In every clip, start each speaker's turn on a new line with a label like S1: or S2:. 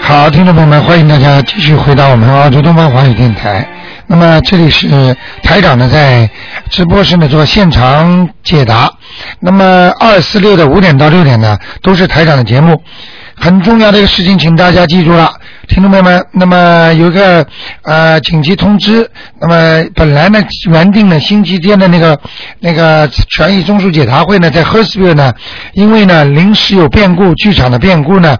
S1: 好，听众朋友们，欢迎大家继续回到我们澳洲东方华语电台。那么这里是台长呢，在直播室呢做现场解答。那么二四六的五点到六点呢，都是台长的节目。很重要的一个事情，请大家记住了，听众朋友们。那么有一个呃紧急通知，那么本来呢原定呢星期天的那个那个权益综述解答会呢，在 h e r s v i l l e 呢，因为呢临时有变故，剧场的变故呢，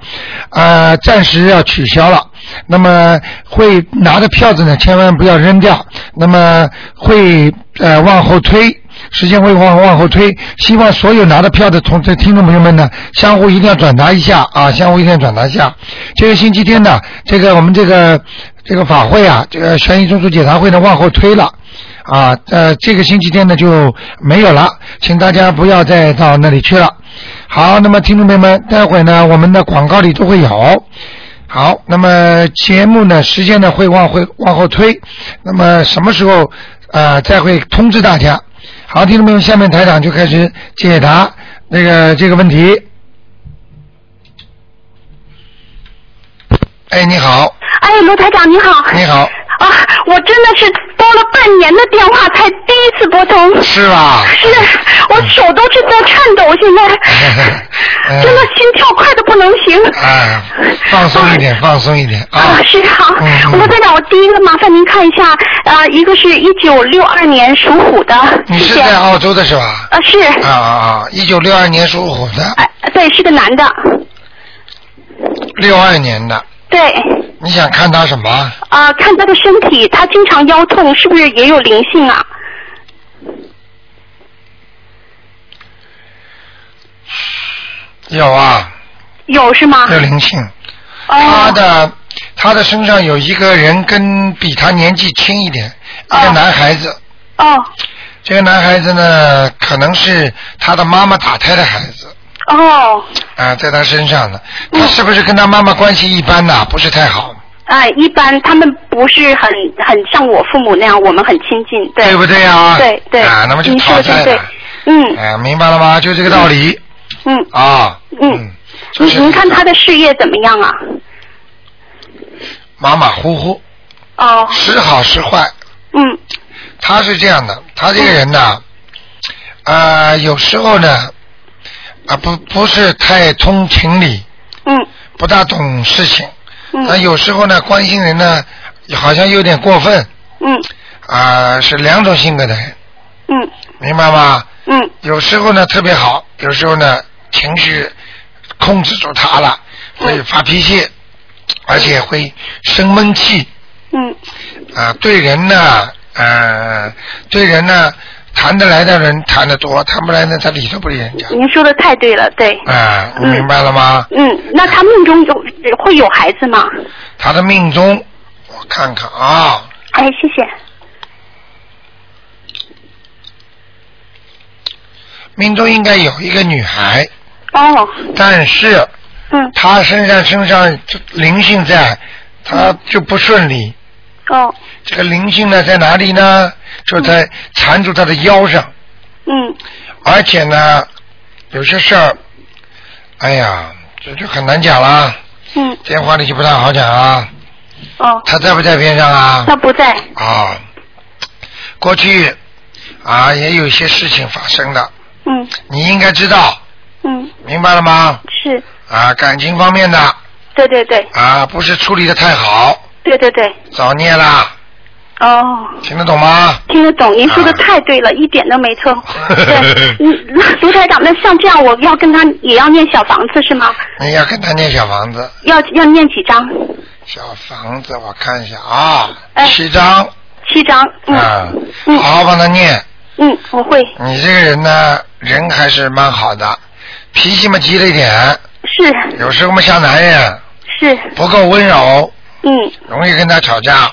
S1: 啊暂时要取消了。那么会拿的票子呢，千万不要扔掉，那么会呃往后推。时间会往往后推，希望所有拿的票的同这听众朋友们呢，相互一定要转达一下啊，相互一定要转达一下。这个星期天呢，这个我们这个这个法会啊，这个悬疑综述解答会呢往后推了啊，呃，这个星期天呢就没有了，请大家不要再到那里去了。好，那么听众朋友们，待会呢我们的广告里都会有。好，那么节目呢，时间呢会往会往后推，那么什么时候呃再会通知大家。好，听众朋友们，下面台长就开始解答那个这个问题。哎，你好，
S2: 哎，罗台长你好。
S1: 你好，
S2: 啊，我真的是拨了半年的电话才第一次拨通。
S1: 是啊吧？
S2: 是，啊我手都是在颤抖，现在
S1: 嗯
S2: 真的心跳快的不能行。
S1: 哎，放松一
S2: 哦
S1: 点，放松一点啊
S2: 啊，。是好
S1: 嗯，嗯
S2: 罗台长，我第一个麻烦您看一下，呃，一个是一九六二年属虎的，
S1: 你
S2: 谢
S1: 是
S2: 谢。
S1: 在澳洲的是吧？
S2: 啊，是，
S1: 啊啊啊！一九六二年属虎的，
S2: 哎，对，是个男的，
S1: 六二年的，
S2: 对，
S1: 你想看他什么？
S2: 啊，看他的身体，他经常腰痛，是不是也有灵性啊？
S1: 有啊，
S2: 有是吗？
S1: 有灵性。他
S2: 哦，
S1: 的他的身上有一个人跟比他年纪轻一点，一个
S2: 哦
S1: 男孩子。
S2: 哦，
S1: 这个男孩子呢，可能是他的妈妈打胎的孩子
S2: 哦。嗯
S1: 啊、在他身上呢。他是不是跟他妈妈关系一般呐、不是太好，
S2: 哎，一般他们不是很很像我父母那样，我们很亲近，对
S1: 不对啊？
S2: 对对
S1: 啊，那么就
S2: 你说
S1: 讨
S2: 的
S1: 债
S2: 对
S1: 了。
S2: 嗯
S1: 哎、明白了吗？就这个道理
S2: 嗯，
S1: 啊。
S2: 嗯
S1: 就
S2: 您
S1: 是
S2: 您看他的事业怎么样啊？
S1: 马马虎虎，
S2: 哦，
S1: 时好时坏。
S2: 嗯
S1: 他是这样的，他这个人呢，啊、
S2: 嗯
S1: 有时候呢，啊、不不是太通情理，
S2: 嗯
S1: 不大懂事情。
S2: 嗯
S1: 那有时候呢，关心人呢，好像有点过分。
S2: 嗯
S1: 啊、是两种性格的人，
S2: 嗯
S1: 明白吗？
S2: 嗯
S1: 有时候呢特别好，有时候呢情绪控制住他了，
S2: 嗯
S1: 会发脾气，而且会生闷气
S2: 嗯
S1: 啊、对人呢，呃，对人呢，谈得来的人谈得多，谈不来呢他理都不理人家
S2: 嗯，您说的太对了，对。
S1: 啊、你
S2: 嗯
S1: 明白了吗？
S2: 嗯，那他命中有会有孩子吗？
S1: 他的命中，我看看啊，
S2: 哎，谢谢。
S1: 命中应该有一个女孩，
S2: 哦，
S1: 但是
S2: 嗯，
S1: 他身上身上灵性在，他就不顺利。
S2: 嗯哦，
S1: 这个灵性呢在哪里呢？就在缠住他的腰上，
S2: 嗯
S1: 而且呢，有些事儿，哎呀，这就很难讲了，
S2: 嗯，
S1: 电话里就不太好讲啊。
S2: 哦，
S1: 他在不在边上啊？
S2: 他不在。
S1: 啊，过去啊也有一些事情发生的，
S2: 嗯
S1: 你应该知道，
S2: 嗯，
S1: 明白了吗？
S2: 是，
S1: 啊，感情方面的
S2: 对对对
S1: 啊，不是处理的太好，
S2: 对对对。
S1: 造孽啦，
S2: 哦。
S1: 听得懂吗？
S2: 听得懂，您说的
S1: 啊
S2: 太对了，一点都没错。对，嗯，卢台长，那像这样，我要跟他也要念小房子是吗？
S1: 你要跟他念小房子。
S2: 要要念几张？
S1: 小房子，我看一下啊，
S2: 哎
S1: 七张
S2: 七张。嗯、
S1: 啊，
S2: 嗯
S1: 好好帮他念。
S2: 嗯，我会
S1: 你这个人呢，人还是蛮好的，脾气嘛急了一点，
S2: 是
S1: 有时候嘛像男人，
S2: 是
S1: 不够温柔，
S2: 嗯，
S1: 容易跟他吵架，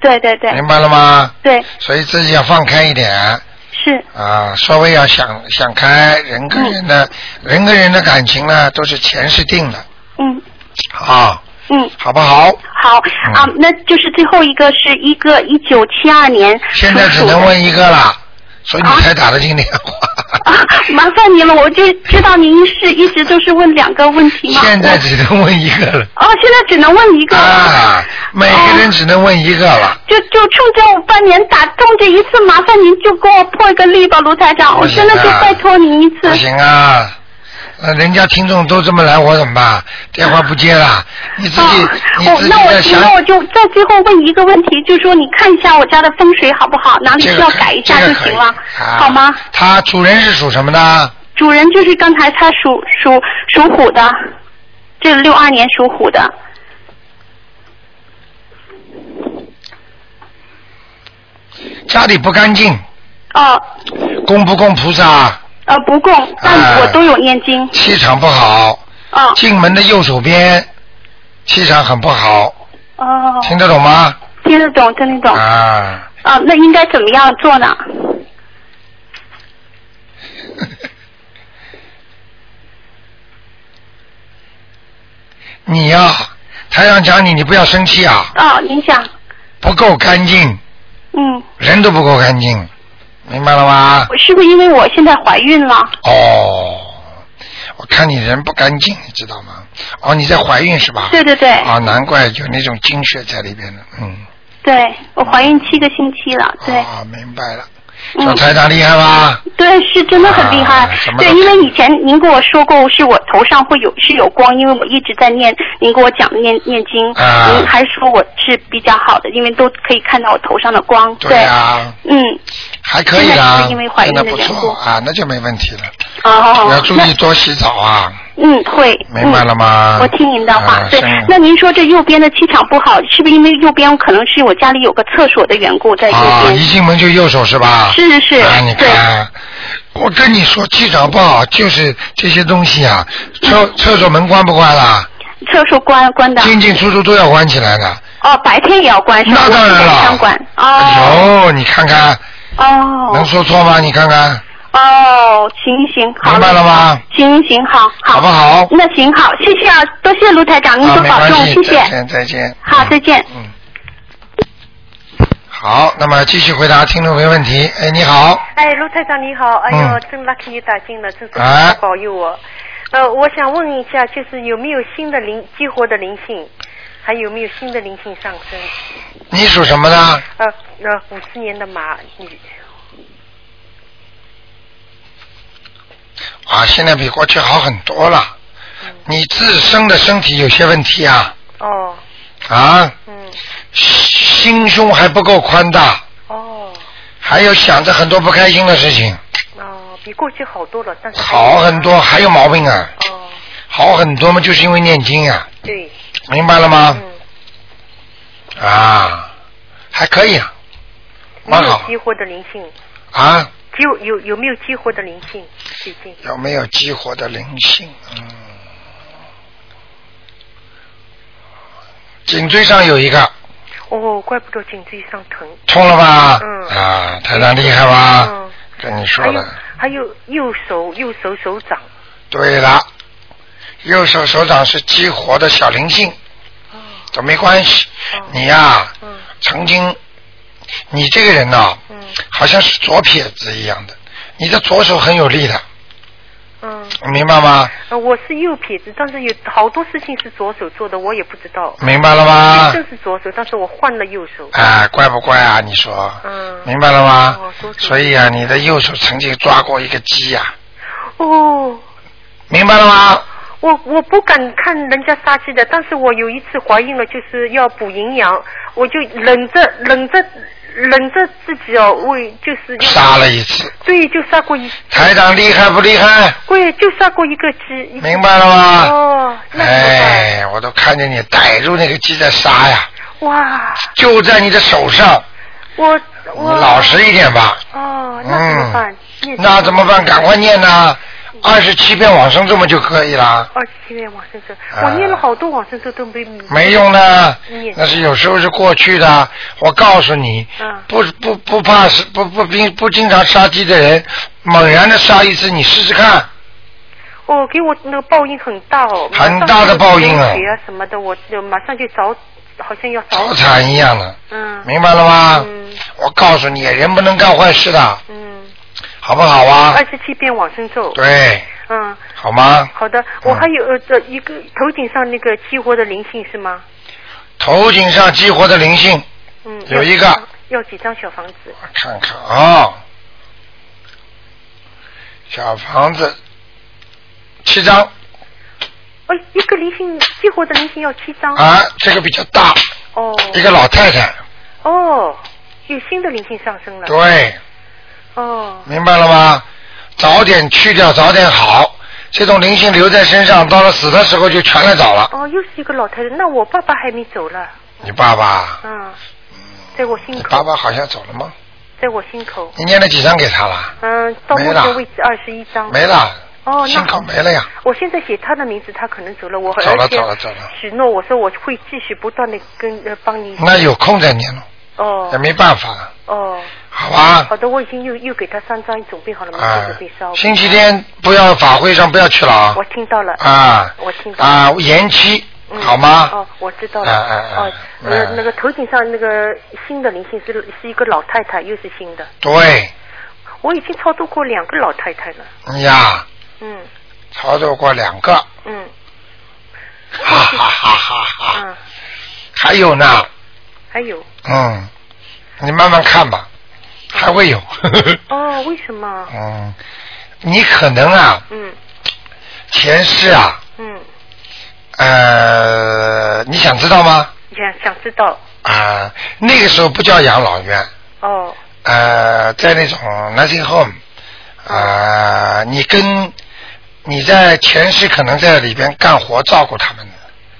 S2: 对对对
S1: 明白了吗？
S2: 对
S1: 所以自己要放开一点
S2: 是
S1: 啊，稍微要想想开，人跟人的、人跟人的感情呢，都是前世定的
S2: 嗯
S1: 啊，
S2: 嗯
S1: 好不好？
S2: 好
S1: 嗯
S2: 啊，那就是最后一个是一个一九七二年
S1: 现在只
S2: 属鼠
S1: 能
S2: 的
S1: 问一个了，所以你
S2: 啊
S1: 才打得进电话。
S2: 啊，麻烦您了，我就知道您是一直都是问两个问题嘛。
S1: 现在
S2: 我
S1: 只能问一个了
S2: 哦，现在只能问一个。
S1: 啊，每个人只能问一个了。
S2: 就就冲着我半年打通这一次，麻烦您就给我破一个例吧，卢台长，我
S1: 不行
S2: 真
S1: 啊
S2: 的就拜托您一次
S1: 不。行啊，呃，人家听众都这么来，我怎么办？电话不接了，你自
S2: 啊
S1: 己、你
S2: 哦
S1: 自己，
S2: 那我
S1: 在
S2: 行
S1: 想。
S2: 那我就在最后问一个问题，就说你看一下我家的风水好不好，哪里
S1: 这
S2: 需
S1: 个
S2: 要
S1: 可以
S2: 改一下
S1: 这
S2: 就
S1: 个可以
S2: 行了，
S1: 啊、
S2: 好吗？？
S1: 他主人是属什么的？
S2: 主人就是刚才他属属属虎的，这六二年属虎的，
S1: 家里不干净，
S2: 哦，
S1: 供不供菩萨？
S2: 呃，不供，
S1: 哎
S2: 但我都有念经，
S1: 气场不好，
S2: 哦，
S1: 进门的右手边气场很不好，
S2: 哦，
S1: 听得懂吗？
S2: 听得懂，听得懂，啊、
S1: 啊，
S2: 那应该怎么样做呢？
S1: 你呀、台长讲你，你不要生气啊，
S2: 哦，您想，
S1: 不够干净，
S2: 嗯，
S1: 人都不够干净，明白了吗？
S2: 我是不是因为我现在怀孕了？
S1: 哦，我看你人不干净，你知道吗？哦，你在怀孕是吧？
S2: 对对对，
S1: 啊，难怪有那种精血在里边呢，嗯。
S2: 对我怀孕七个星期了，对。
S1: 哦，明白了。
S2: 嗯
S1: 小台长厉害吧？
S2: 对，是真的很厉害。
S1: 啊什么都
S2: 对，因为以前您跟我说过，是我头上会有是有光，因为我一直在念，您给我讲念念经，
S1: 啊
S2: 您还说我是比较好的，因为都可以看到我头上的光。对
S1: 啊，
S2: 嗯，
S1: 还可以
S2: 现在
S1: 啦
S2: 是，因为怀
S1: 真
S2: 孕
S1: 的
S2: 的
S1: 不
S2: 缘故
S1: 错啊，那就没问题了。
S2: 哦，
S1: 要注
S2: 那
S1: 意多洗澡啊，
S2: 嗯，会。
S1: 明白了吗
S2: 嗯？我听您的话，
S1: 啊
S2: 对
S1: 生。
S2: 那您说这右边的气场不好，是不是因为右边可能是我家里有个厕所的缘故在右
S1: 啊，
S2: 边？
S1: 一进门就右手是吧？
S2: 是是是
S1: 啊，你
S2: 对
S1: 看，我跟你说，气场不好就是这些东西啊。厕厕所门关不关啦？
S2: 嗯厕所关关的。
S1: 进进出出都要关起来的。
S2: 哦，白天也要关是吧？
S1: 那当然
S2: 晚
S1: 了
S2: 上关。。哦。
S1: 哎呦，你看看，
S2: 哦。
S1: 能说错吗？你看看，
S2: 哦，行行，好
S1: 啊明白了吗？
S2: 行行，好好
S1: 好不好？
S2: 那行好，谢谢啊，多谢卢台长，您
S1: 啊，
S2: 多
S1: 没
S2: 保
S1: 关
S2: 重，
S1: 系，
S2: 谢谢
S1: 再。见，再见。
S2: 好，再见。
S1: 嗯。好，那么继续回答听众朋友问题。哎，你好，
S3: 哎，卢台长你好，哎呦，
S1: 嗯
S3: 真 lucky 你打进了，真是
S1: 哎
S3: 保佑我。呃，我想问一下，就是有没有新的灵激活的灵性，还有没有新的灵性上升？
S1: 你属什么的？
S3: 呃，那五十年的马女，
S1: 啊，现在比过去好很多了。
S2: 嗯
S1: 你自身的身体有些问题啊
S3: 哦，
S1: 啊，
S3: 嗯，
S1: 心胸还不够宽大，
S3: 哦，
S1: 还有想着很多不开心的事情，
S3: 哦，比过去好多了，但是还有
S1: 好很多，还有毛病啊，
S3: 哦，
S1: 好很多嘛，就是因为念经啊，
S3: 对，
S1: 明白了吗？
S3: 嗯，
S1: 啊，还可以啊，
S3: 没
S1: 蛮
S3: 有
S1: 好
S3: 激活的灵性，
S1: 啊。
S3: 激有有有没有激活的灵性？最近
S1: 有没有激活的灵性？嗯，颈椎上有一个，
S3: 哦，怪不得颈椎上疼，
S1: 痛了吧？
S3: 嗯
S1: 啊，台长厉害吧？
S3: 嗯，
S1: 跟你说
S3: 还有
S1: 了，
S3: 还有右手右手手掌，
S1: 对了，右手手掌是激活的小灵性，
S3: 哦，
S1: 都没关系。
S3: 哦
S1: 你呀、
S3: 嗯
S1: 曾经，你这个人呐、
S3: 嗯
S1: 好像是左撇子一样的，你的左手很有力的，
S3: 嗯，
S1: 明白吗？
S3: 呃我是右撇子，但是有好多事情是左手做的，我也不知道。
S1: 明白了吗？
S3: 真是左手，但是我换了右手。
S1: 啊，怪不怪啊？你说，
S3: 嗯
S1: 明白了吗？
S3: 哦都是
S1: 所以啊，你的右手曾经抓过一个鸡呀、
S3: 哦，
S1: 明白了吗？
S3: 我我不敢看人家杀鸡的，但是我有一次怀孕了，就是要补营养，我就忍着忍着忍着自己哦，我就是要
S1: 杀了一次，
S3: 对，就杀过一，
S1: 台长厉害不厉害？
S3: 对，就杀过一个鸡。一
S1: 明白了吗？
S3: 哦，那怎么办？
S1: 哎，我都看见你逮住那个鸡在杀呀，
S3: 哇，
S1: 就在你的手上，
S3: 我
S1: 你
S3: 我
S1: 老实一点吧。
S3: 哦，那怎么办
S1: 嗯？
S3: 念，
S1: 那怎么办？赶快念呐，
S3: 嗯
S1: 二十七遍往生咒嘛就可以啦，
S3: 二十七遍往生咒，
S1: 啊
S3: 我念了好多往生咒都没
S1: 没用的
S3: 念，
S1: 那是有时候是过去的。我告诉你，
S3: 嗯
S1: 不不不怕是不不不不经常杀鸡的人，猛然的杀一次，你试试看。
S3: 哦，给我那个报应很大哦，
S1: 很大的报应啊
S3: 马上就流血啊什么的，我就马上就早，好像要早
S1: 早产一样的，
S3: 嗯
S1: 明白了吗？
S3: 嗯
S1: 我告诉你，人不能干坏事的，
S3: 嗯
S1: 好不好啊？
S3: 二十七遍往生咒。
S1: 对，啊嗯
S3: 嗯，
S1: 好吗？
S3: 好的。我还有呃，这一个头顶上那个激活的灵性是吗？
S1: 头颈上激活的灵性，
S3: 嗯，
S1: 有一个
S3: 要几张小房子？
S1: 看看啊、小房子七张
S3: 哎，一个灵性激活的灵性要七张。
S1: 啊，这个比较大，
S3: 哦。
S1: 一个老太太，
S3: 哦，有新的灵性上升了。。
S1: 对，
S3: 哦，
S1: 明白了吗？早点去掉，早点好。这种灵性留在身上，到了死的时候就全来找了。
S3: 哦，又是一个老太太。那我爸爸还没走了，
S1: 你爸爸，
S3: 嗯，在我心
S1: 你爸
S3: 口，
S1: 爸好像走了吗？
S3: 在我心口。
S1: 你念了几张给他了？
S3: 嗯，到目
S1: 没了
S3: 前为止二十一张。
S1: 没。了，
S3: 哦，
S1: 心
S3: 那
S1: 口
S3: 好。
S1: 没了呀。
S3: 我现在写他的名字，他可能走了。我
S1: 走了
S3: 而且
S1: 走了走了
S3: 许诺我说我会继续不断的跟呃帮你。
S1: 那有空再念了，也
S3: 哦
S1: 没办法，
S3: 哦，
S1: 好吧
S3: 好？的，我已经又又给他三张准备好了，明天
S1: 啊
S3: 准备烧。，
S1: 星期天不要法会上不要去了啊
S3: 我。听到了。
S1: 啊
S3: 我听到了。
S1: 啊，延期
S3: 嗯
S1: 好吗？
S3: 哦，我知道了。
S1: 哎哎哎
S3: 哦，那
S1: 嗯
S3: 那个头顶上那个新的灵性是是一个老太太，又是新的。
S1: 对，
S3: 我已经超度过两个老太太了。
S1: 哎呀，
S3: 嗯
S1: 操作过两个，
S3: 嗯
S1: 哈哈哈哈哈，
S3: 嗯，
S1: 还有呢，
S3: 还有
S1: 嗯，你慢慢看吧，还会有，
S3: 哦，为什么？
S1: 嗯，你可能啊，
S3: 嗯
S1: 前世啊，
S3: 嗯，
S1: 呃，你想知道吗？
S3: 想想知道
S1: 啊、那个时候不叫养老院，
S3: 哦
S1: 呃，在那种 nursing home，啊、你跟你在前世可能在里边干活照顾他们，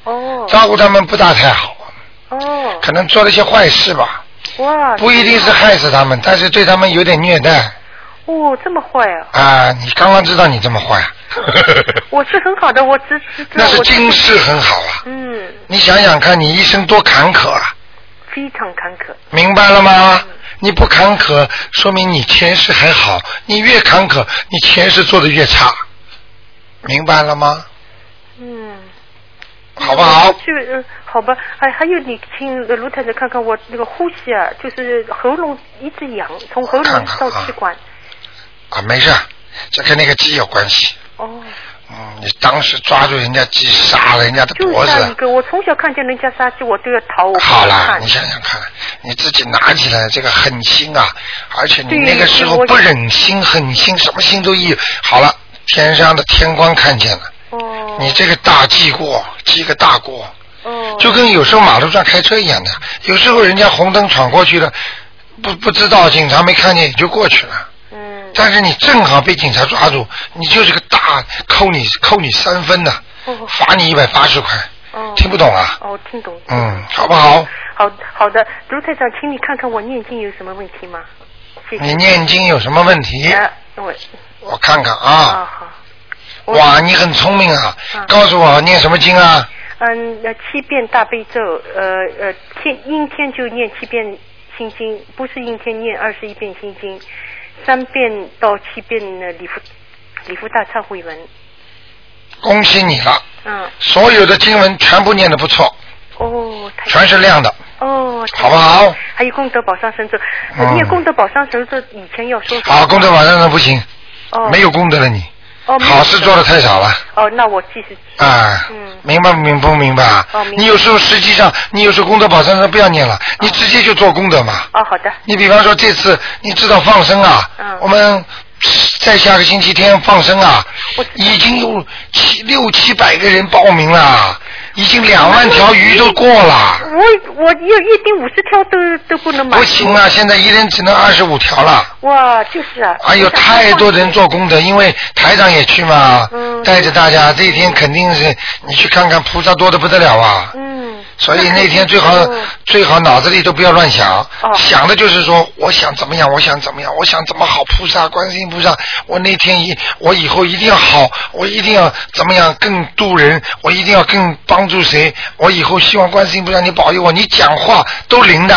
S3: 哦
S1: 照顾他们不大太好，
S3: 哦
S1: 可能做了一些坏事吧，
S3: 哇！
S1: 不一定是害死他们，但是对他们有点虐待
S3: 哦，这么坏啊！
S1: 啊、你刚刚知道你这么坏，
S3: 我是很好的，我只只知道
S1: 那是
S3: 我
S1: 今世很好啊，
S3: 嗯
S1: 你想想看，你一生多坎坷啊，
S3: 非常坎坷
S1: 明白了吗？你不坎坷，说明你前世还好；你越坎坷，你前世做的越差，明白了吗？
S3: 嗯。
S1: 好不好？
S3: 去呃，好吧，还还有你请呃卢太太看看我那个呼吸啊，就是喉咙一直痒，从喉咙
S1: 看看
S3: 到
S1: 啊
S3: 气管。
S1: 啊，没事，这跟那个鸡有关系。
S3: 哦，
S1: 嗯，你当时抓住人家鸡，杀了人家的
S3: 就是
S1: 脖
S3: 那一
S1: 子。
S3: 个，我从小看见人家杀鸡，我都要逃，我不
S1: 好
S3: 敢
S1: 啦，
S3: 看
S1: 你。想想看，你自己拿起来这个狠心啊，而且你
S3: 对
S1: 那个时候
S3: 我
S1: 不忍心、狠心，什么心都有。好了，天上的天光看见了，
S3: 哦，
S1: 你这个大记过，记个大过，
S3: 哦，
S1: 就跟有时候马路上开车一样的，有时候人家红灯闯过去了，不不知道警察没看见也就过去了。
S3: 嗯，
S1: 但是你正好被警察抓住，你就是个大扣你扣你三分呐、
S3: 哦
S1: 罚你一百八十块，
S3: 哦
S1: 听不懂啊？
S3: 哦，听懂。
S1: 嗯，好不好？
S3: 好好的，卢太长，请你看看我念经有什么问题吗？谢谢。
S1: 你念经有什么问题？
S3: 啊，我
S1: 我看看
S3: 啊
S1: 啊。
S3: 好，我
S1: 哇，你很聪明啊！
S3: 嗯
S1: 告诉我念什么经啊？
S3: 嗯，呃，七遍大悲咒，呃呃，天阴天就念七遍心经，不是阴天念二十一遍心经，三遍到七遍的礼佛礼佛大忏悔文，
S1: 恭喜你了，
S3: 嗯，
S1: 所有的经文全部念得不错，
S3: 哦，太
S1: 全是亮的，
S3: 哦，太
S1: 好不好？
S3: 还有功德宝上神咒，呃
S1: 嗯
S3: 念功德宝上神咒以前要说什么
S1: 好，功德晚上不行，
S3: 哦，
S1: 没有功德了你，
S3: 哦，没有
S1: 好事做的太少了。
S3: 哦，那我继续
S1: 啊，
S3: 嗯
S1: 明白明不明白啊？
S3: 哦明白
S1: 你有时候实际上，你有时候功德宝山上不要念了，你直接就做功德嘛。
S3: 哦，好的，
S1: 你比方说这次，你知道放生啊，
S3: 嗯
S1: 我们在下个星期天放生啊
S3: 我知，道
S1: 已经有七六七百个人报名了，已经两万条鱼都过了。
S3: 我我要一定五十条都都不能买，
S1: 不行啊，现在一人只能二十五条了。
S3: 哇，就是啊，
S1: 哎呦，
S3: 我想
S1: 太多人
S3: 放
S1: 做功德，因为台长也去嘛，
S3: 嗯
S1: 带着大家，这一天肯定是你去看看菩萨多的不得了啊。
S3: 嗯，
S1: 所以那天最好、
S3: 哦
S1: 最好脑子里都不要乱想，
S3: 哦
S1: 想的就是说我想怎么样，我想怎么样，我想怎么好，菩萨、观世音菩萨，我那天一我以后一定要好，我一定要怎么样更度人，我一定要更帮助谁，我以后希望观世音菩萨你保佑我，你讲话都灵的，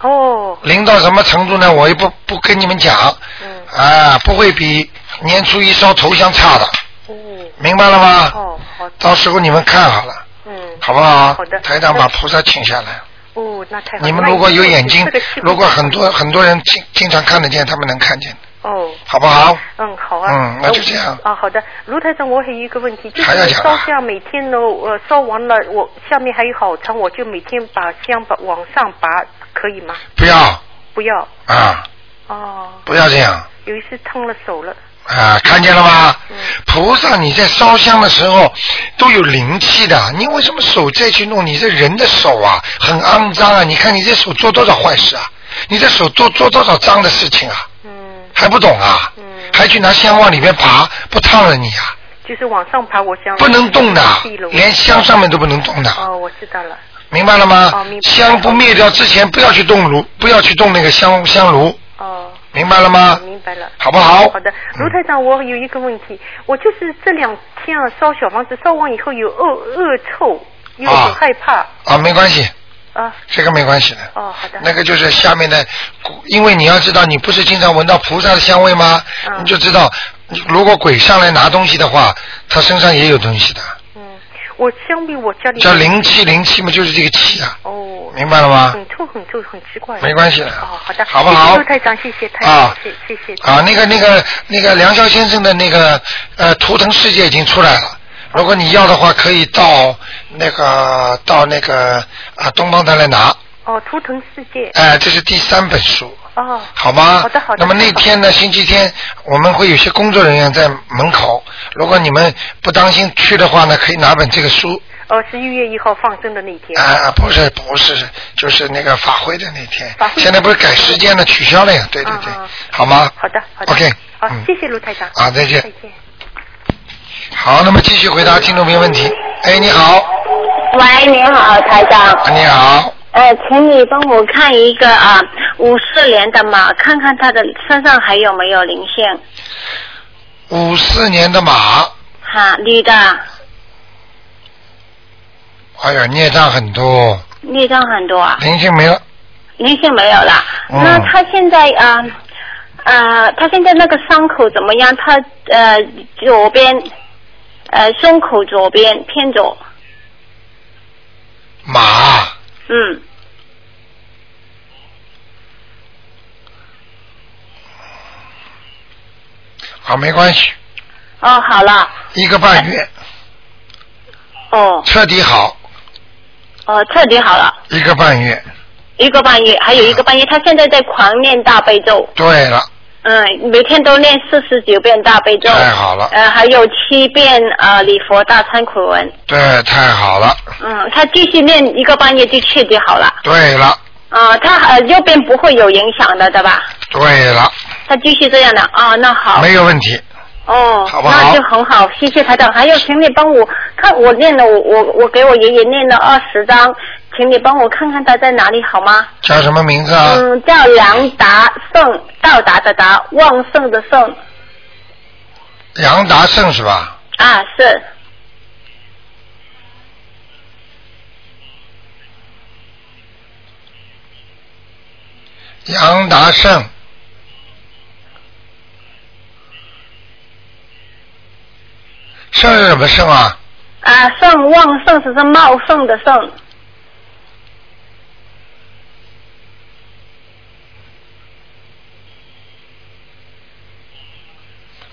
S3: 哦，
S1: 灵到什么程度呢？我也不不跟你们讲，
S3: 嗯，
S1: 啊，不会比年初一烧头香差的，
S3: 哦，
S1: 明白了吗？
S3: 哦，好的，
S1: 到时候你们看好了，
S3: 嗯，
S1: 好不好？
S3: 好的
S1: 台长把菩萨请下来。
S3: 哦，那太好了。
S1: 你们如果有眼睛
S3: 那以后这个气，氛
S1: 如果很多很多人经经常看得见，他们能看见。
S3: 哦，
S1: 好不好？
S3: 嗯，好啊。
S1: 嗯那就这样
S3: 呃啊，好的，卢台长，我还有一个问题，就
S1: 还要
S3: 是
S1: 讲啊
S3: 烧香每天呢，呃，烧完了，我下面还有好长，我就每天把香把往上拔，可以吗？
S1: 不要
S3: 不要。
S1: 啊，
S3: 哦，
S1: 不要这样
S3: 有一次烫了手了。
S1: 啊，看见了吗？
S3: 嗯。
S1: 菩萨，你在烧香的时候都有灵气的，你为什么手再去弄？你这人的手啊，很肮脏啊！你看你这手做多少坏事啊！你这手做做多少脏的事情啊！
S3: 嗯，
S1: 还不懂啊？
S3: 嗯
S1: 还去拿香往里面拔，不烫了你啊？
S3: 就是往上爬，我想
S1: 不能动的
S3: 地了，我
S1: 连香上面都不能动的。
S3: 哦，我知道了。
S1: 明白了吗？
S3: 哦明白
S1: 香不灭掉之前，不要去动炉，不要去动那个香香炉，
S3: 哦，
S1: 明白了吗？
S3: 明白了。
S1: 好不好？
S3: 好的，
S1: 嗯
S3: 卢台长，我有一个问题，我就是这两天啊烧小房子，烧完以后有恶恶臭，又
S1: 啊
S3: 很害怕
S1: 啊，没关系，
S3: 啊。
S1: 这个没关系的。
S3: 哦，好的。
S1: 那个就是下面的，因为你要知道，你不是经常闻到菩萨的香味吗？
S3: 嗯
S1: 你就知道，如果鬼上来拿东西的话，他身上也有东西的，
S3: 嗯，我相比我家里
S1: 叫灵气，灵气嘛就是这个气啊，
S3: 嗯哦，
S1: 明白了吗？
S3: 很臭很臭，很奇怪。
S1: 没关系的，
S3: 哦，好的，
S1: 好不好
S3: 谢谢陆？台长，谢谢台
S1: 啊
S3: 长，谢谢谢谢。
S1: 啊，那个那个那个梁霄先生的那个呃图腾世界已经出来了。如果你要的话，可以到那个到那个啊东方台来拿。
S3: 哦，图腾世界，
S1: 哎、这是第三本书，
S3: 哦，
S1: 好吗？
S3: 好的好的
S1: 那么那天呢，星期天我们会有些工作人员在门口。如果你们不当心去的话呢，可以拿本这个书。
S3: 哦，十一月一号放生的那天
S1: 啊、。啊，不是不是，就是那个法会的那天
S3: 法。会
S1: 现在不是改时间了，取消了呀？对对对，
S3: 啊啊
S1: 好吗？
S3: 好的好的。
S1: OK，
S3: 好
S1: 嗯，
S3: 谢谢卢台长。
S1: 啊再见
S3: 再见。
S1: 好，那么继续
S4: 嗯
S1: 回答听众朋友问题。哎，你好，
S4: 喂，你好，台长。
S1: 啊你好，
S4: 呃，请你帮我看一个啊，五四年的马，看看他的身上还有没有灵性。
S1: 五四年的马，
S4: 哈，女的，
S1: 哎呀，孽障很多，
S4: 孽障很多啊，
S1: 灵性没了，
S4: 灵性没有了。
S1: 嗯
S4: 那他现在啊，呃，他现在那个伤口怎么样？他呃左边，呃胸口左边偏左，
S1: 马
S4: 嗯，
S1: 啊，没关系，
S4: 哦好了，
S1: 一个半月
S4: 哦
S1: 彻底好，
S4: 哦彻底好了，
S1: 一个半月。
S4: 一个半月，还有一个半月，他现在在狂念大悲咒。
S1: 对了，
S4: 嗯，每天都念四十九遍大悲咒，
S1: 太好了，
S4: 呃，还有七遍呃礼佛大忏悔文。
S1: 对，太好了，
S4: 嗯，他继续念一个半月就彻底好了。
S1: 对了，
S4: 啊、他呃右边不会有影响的，对吧？
S1: 对了，
S4: 他继续这样的啊、那好，
S1: 没有问题。
S4: 哦，
S1: 好不好
S4: 那就很好，谢谢台长。还有，请你帮我看，我念了，我我我给我爷爷念了二十张，请你帮我看看他在哪里好吗？
S1: 叫什么名字啊？
S4: 嗯，叫梁达胜，到达的达，旺盛的盛
S1: 杨达胜是吧？
S4: 啊，是。
S1: 杨达胜。胜是什么胜啊？
S4: 啊，盛旺盛是是茂盛的盛，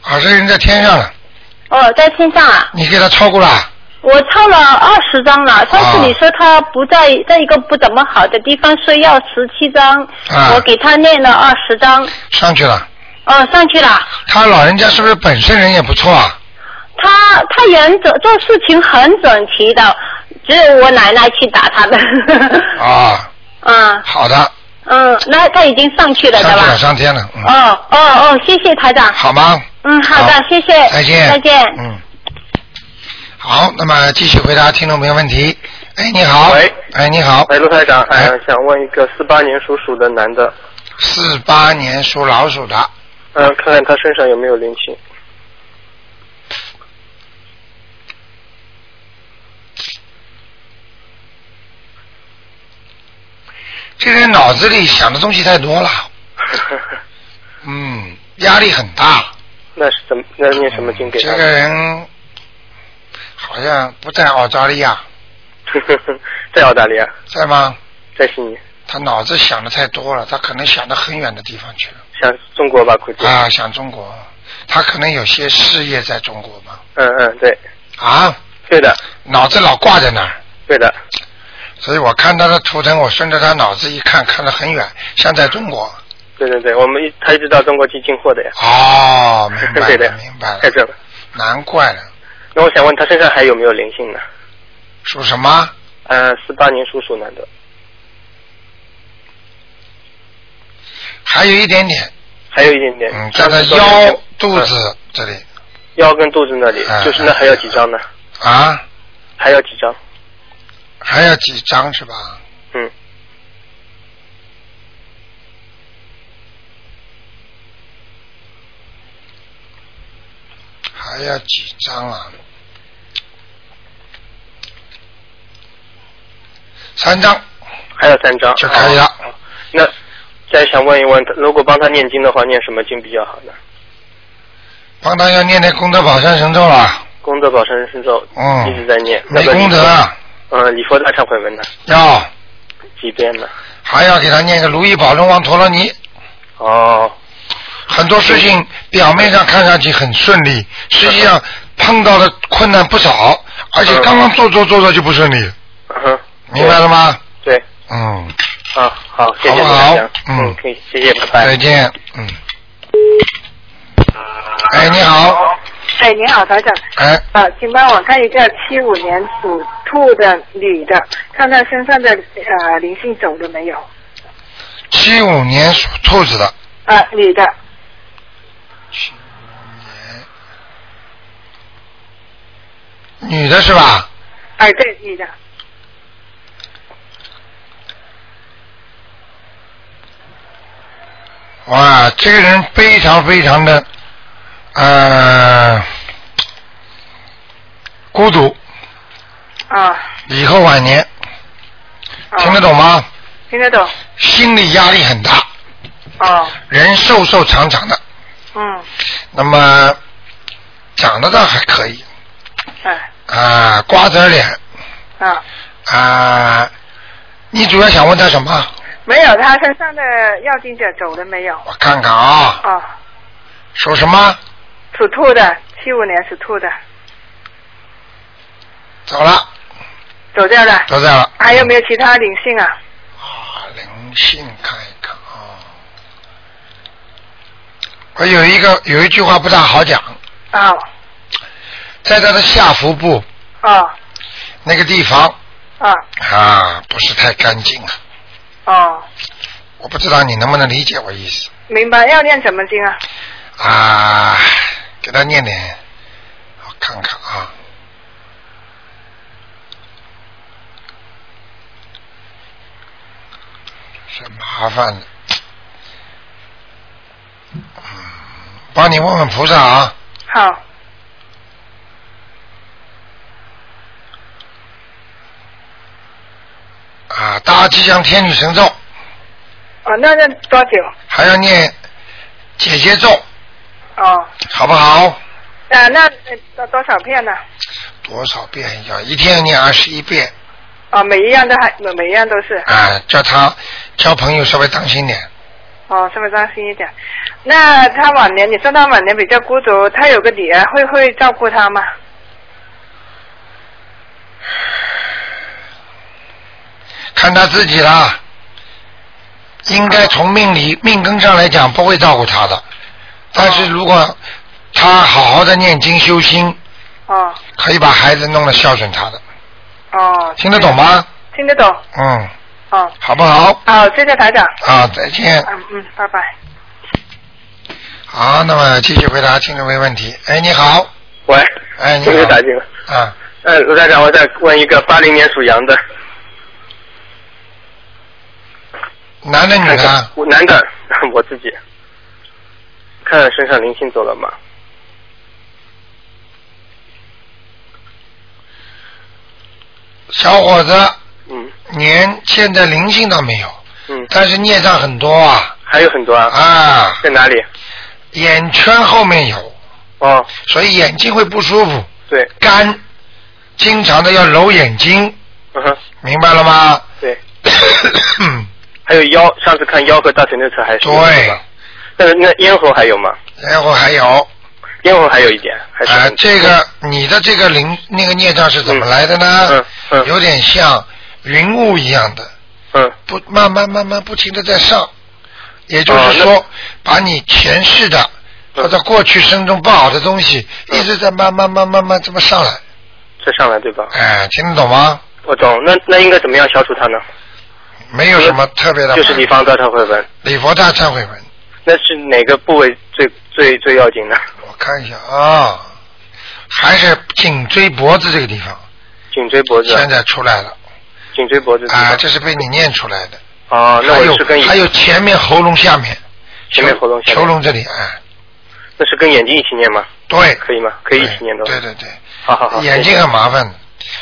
S1: 啊，这人在天上了，
S4: 哦，在天上啊，
S1: 你给他超过了啊。
S4: 我抄了二十张了。上次你说他不在在一个不怎么好的地方，说要十七张，
S1: 啊
S4: 我给他念了二十张，
S1: 上去了。
S4: 哦，上去了。
S1: 他老人家是不是本身人也不错啊？
S4: 他他人整做事情很整齐的，只有我奶奶去打他的。
S1: 啊，
S4: 嗯
S1: 好的，
S4: 嗯，那他已经上去了，
S1: 上
S4: 对
S1: 去了，
S4: 吧？
S1: 上天了，嗯，
S4: 哦哦哦，谢谢台长。
S1: 好吗？
S4: 嗯，好的
S1: 好，
S4: 谢谢。
S1: 再见，
S4: 再见。
S1: 嗯，好，那么继续回答听众朋友问题。哎，你好，
S5: 喂，
S1: 哎，你好，
S5: 哎，陆台长，
S1: 哎
S5: 呃，想问一个四八年属鼠的男的，
S1: 四八年属老鼠的，
S5: 嗯、看看他身上有没有灵性。
S1: 这人脑子里想的东西太多了， 嗯，压力很大。嗯
S5: 那是怎么？那念什么经给他
S1: 这？个人好像不在澳大利亚，
S5: 在澳大利亚，
S1: 在吗？
S5: 在悉尼。
S1: 他脑子想的太多了，他可能想到很远的地方去了
S5: 像中国吧，估计。
S1: 啊，想中国，他可能有些事业在中国嘛，
S5: 嗯嗯，对，
S1: 啊，
S5: 对的，
S1: 脑子老挂在那儿，
S5: 对的，
S1: 所以我看他的图腾，我顺着他脑子一看，看得很远，像在中国。
S5: 对对对，我们一他一直到中国去进货的呀。
S1: 哦，明白
S5: 对的
S1: 了，明白
S5: 太
S1: 了，
S5: 准了。
S1: 难怪了，
S5: 那我想问他身上还有没有灵性呢？
S1: 属什么？
S5: 呃，四八年属鼠男的，
S1: 还有一点点，
S5: 还有一点点。
S1: 嗯，在他
S5: 上次说
S1: 腰
S5: 的、
S1: 肚
S5: 嗯
S1: 子这里
S5: 腰跟肚子那里，
S1: 哎
S5: 就是那还有几张呢？
S1: 啊，
S5: 还有几张？
S1: 还有几张是吧？
S5: 嗯，
S1: 还要几张啊？三张
S5: 还有三张
S1: 就可以了。
S5: 哦那再想问一问，如果帮他念经的话，念什么经比较好呢？
S1: 帮他要念念功德宝山神咒啊了，
S5: 功德宝山神咒
S1: 嗯
S5: 一直在念，
S1: 没功德啊
S5: 嗯、呃，礼佛大忏悔文呢，
S1: 要，
S5: 几遍呢？
S1: 还要给他念个如意宝龙王陀罗尼。
S5: 哦，
S1: 很多事情表面上看上去很顺利，实际上碰到的困难不少，而且刚刚做做做做就不顺利，
S5: 嗯哼，
S1: 明白了吗？
S5: 对，
S1: 嗯，
S5: 啊，好，谢谢
S1: 好不
S5: 大
S1: 好
S5: 家，
S1: 嗯
S5: 可以，谢谢，拜拜。
S1: 再见，嗯。哎，你好，
S6: 哎，您好，台长。
S1: 哎，
S6: 啊，请帮我看一下七五年属兔的女的，看她身上的呃灵性走了没有？
S1: 七五年属兔子的，
S6: 啊，女的，
S1: 七五年，女的是吧？
S6: 哎，对，女的，
S1: 哇，这个人非常非常的，呃，孤独，
S6: 啊，
S1: 以后晚年
S6: 啊
S1: 听得懂吗？
S6: 听得懂，
S1: 心理压力很大，
S6: 哦，
S1: 人瘦瘦长长的，
S6: 嗯，
S1: 那么长得倒还可以
S6: 哎，
S1: 啊、瓜子脸
S6: 啊，
S1: 啊、你主要想问他什么？
S6: 没有，她身上的要经者走了没有？
S1: 我看看啊，
S6: 哦，
S1: 属什么？
S6: 属兔的，七五年属兔的，
S1: 走了，
S6: 走掉了。
S1: 都在了。
S6: 还有没有其他灵性啊？
S1: 啊，灵性看一看啊。我有一个有一句话不大好讲，
S6: 哦，
S1: 在他的下腹部
S6: 哦，
S1: 那个地方
S6: 哦，
S1: 啊，不是太干净啊。
S6: 哦，
S1: 我不知道你能不能理解我意思
S6: 明白，要念什么经啊？
S1: 啊？给他念念，我看看啊。是麻烦的，嗯，帮你问问菩萨啊。
S6: 好，
S1: 啊，大吉祥天女神咒，
S6: 哦，那要多久？
S1: 还要念姐姐咒，
S6: 哦，
S1: 好不好？
S6: 啊，那呃多多少片呢？
S1: 多少遍要一天念二十一遍
S6: 哦，每一样都还每每一样都是，
S1: 啊！叫他交朋友稍微当心点
S6: 哦，稍微当心一点。那他晚年，你说他晚年比较孤独，他有个女儿，会会照顾他吗？
S1: 看他自己啦。应该从命理命根上来讲不会照顾他的，但是如果他好好的念经修心，
S6: 哦
S1: 可以把孩子弄得孝顺他的，
S6: 哦，
S1: 听得懂？吗？
S6: 听得懂。
S1: 嗯，
S6: 哦，
S1: 好不好？
S6: 好，谢谢台长。
S1: 啊，再见。
S6: 嗯嗯，拜拜。
S1: 好，那么继续回答听众朋友问题。哎，你好，
S5: 喂，
S1: 哎，你
S5: 终于
S1: 好，
S5: 打进了。
S1: 啊，
S5: 嗯、罗台长，我再问一个八零年属羊的，
S1: 男的女啊
S5: 看看
S1: 的，
S5: 我男的， 我自己，看看身上灵性走了吗？
S1: 小伙子，
S5: 嗯
S1: 年现在灵性倒没有，
S5: 嗯，
S1: 但是孽障很多啊
S5: 还有很多啊。
S1: 啊，
S5: 在哪里？
S1: 眼圈后面有，
S5: 哦，
S1: 所以眼睛会不舒服，
S5: 对，
S1: 干，经常的要揉眼睛，
S5: 嗯哼，
S1: 明白了吗？
S5: 对，还有腰，上次看腰和大腿内侧还是有
S1: 对
S5: 吧？但是那咽喉还有吗？
S1: 然后还有啊、
S5: 咽喉还有一点，还是很
S1: 呃这个你的这个灵那个孽障是怎么来的呢？
S5: 嗯嗯
S1: 有点像云雾一样的，
S5: 嗯
S1: 不慢慢慢慢不停的在上，也就是说，把你前世的
S5: 哦嗯
S1: 或者过去生中不好的东西，
S5: 嗯
S1: 一直在慢慢慢慢慢这么上来，
S5: 再上来对吧？
S1: 哎，听得懂吗？
S5: 我懂，那那应该怎么样消除它呢？
S1: 没有什么特别的，
S5: 嗯就是地方大忏悔文，
S1: 礼佛大忏悔文，
S5: 那是哪个部位最最最要紧呢？
S1: 我看一下啊，还是颈椎脖子这个地方，
S5: 颈椎脖子啊，
S1: 现在出来了
S5: 颈椎脖子地
S1: 啊，
S5: 方
S1: 这是被你念出来的。
S5: 哦，那
S1: 还
S5: 我是跟
S1: 有还有前面喉咙下面，
S5: 前面喉咙下面
S1: 喉咙这里，哎，
S5: 那是跟眼睛一起念吗？
S1: 对，
S5: 可以吗？可以一起念的。
S1: 对对对，
S5: 好好好。
S1: 眼睛很麻烦的，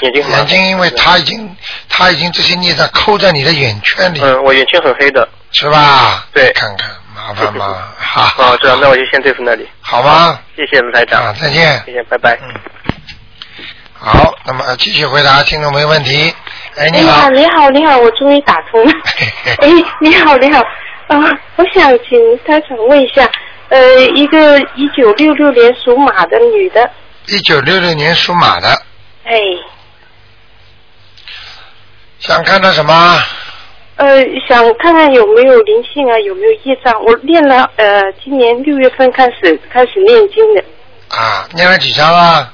S5: 眼睛很麻
S1: 眼
S5: 烦
S1: 睛因为它已经它已经这些孽障抠在你的眼圈里，
S5: 嗯，我眼圈很黑的。
S1: 是吧？
S5: 对
S1: 看看麻烦 吗？
S5: 哦
S1: 好，，
S5: 知道，那我就先对付那里。
S1: 好吗？
S5: 谢谢卢台长。
S1: 啊，再见。
S5: 谢谢，拜拜。
S1: 嗯，好，那么呃继续回答听众没问题。哎，你好。
S7: 哎呀，你好，你好，我终于打通了 哎，你好，你好，啊、我想请台长问一下，呃，一个一九六六年属马的女的，
S1: 一九六六年属马的，
S7: 哎，
S1: 想看到什么？
S7: 呃，想看看有没有灵性啊，有没有业障？我练了，呃，今年六月份开始开始念经的，
S1: 啊，念了几张啊？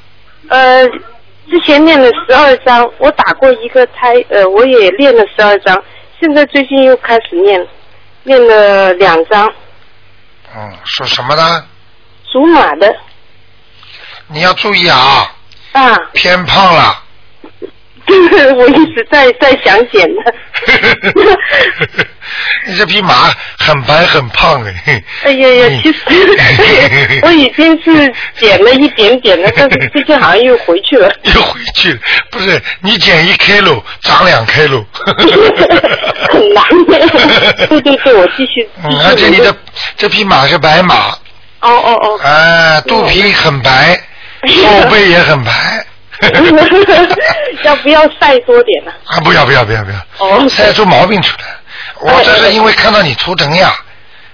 S7: 呃，之前念了十二章，我打过一个胎，呃，我也练了十二章，现在最近又开始念，练了两章，
S1: 嗯，属什么呢？
S7: 属马的
S1: 你要注意啊，
S7: 啊。
S1: 偏胖了。
S7: 我一直在在想减的。
S1: 你这匹马很白很胖哎。
S7: 哎呀呀，其实哎我已经是减了一点 点了，但是最近好像又回去了。
S1: 又回去了，不是你减一 k 喽，长两 k 喽。
S7: 很难的对对对我继续
S1: 嗯
S7: 继续
S1: 而且你的这匹马是白马，
S7: 哦哦 哦，
S1: 啊，肚皮很白，后背也很白。
S7: 要不要晒多点呢、
S1: 啊，不要不要不要不要，
S7: 哦，
S1: 晒出毛病出来。我这是因为看到你图腾呀，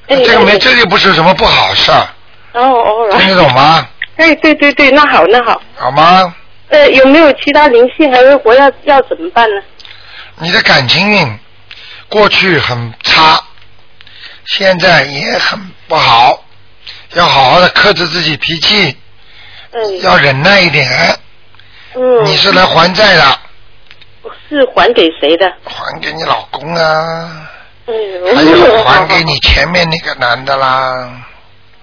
S7: 哎
S1: 这个没，
S7: 哎
S1: 这又不是什么不好事儿，
S7: 哦哦，
S1: 听得懂吗？
S7: 哎，对对对，那好那好，
S1: 好吗？
S7: 呃，有没有其他灵性？还是我要要怎么办呢？
S1: 你的感情运过去很差，现在也很不好，要好好的克制自己脾气，
S8: 哎
S7: 嗯，
S1: 要忍耐一点。
S7: 嗯，
S1: 你是来还债的，
S7: 是还给谁的？
S1: 还给你老公啊，
S7: 哎呦，
S1: 还有还给你前面那个男的啦，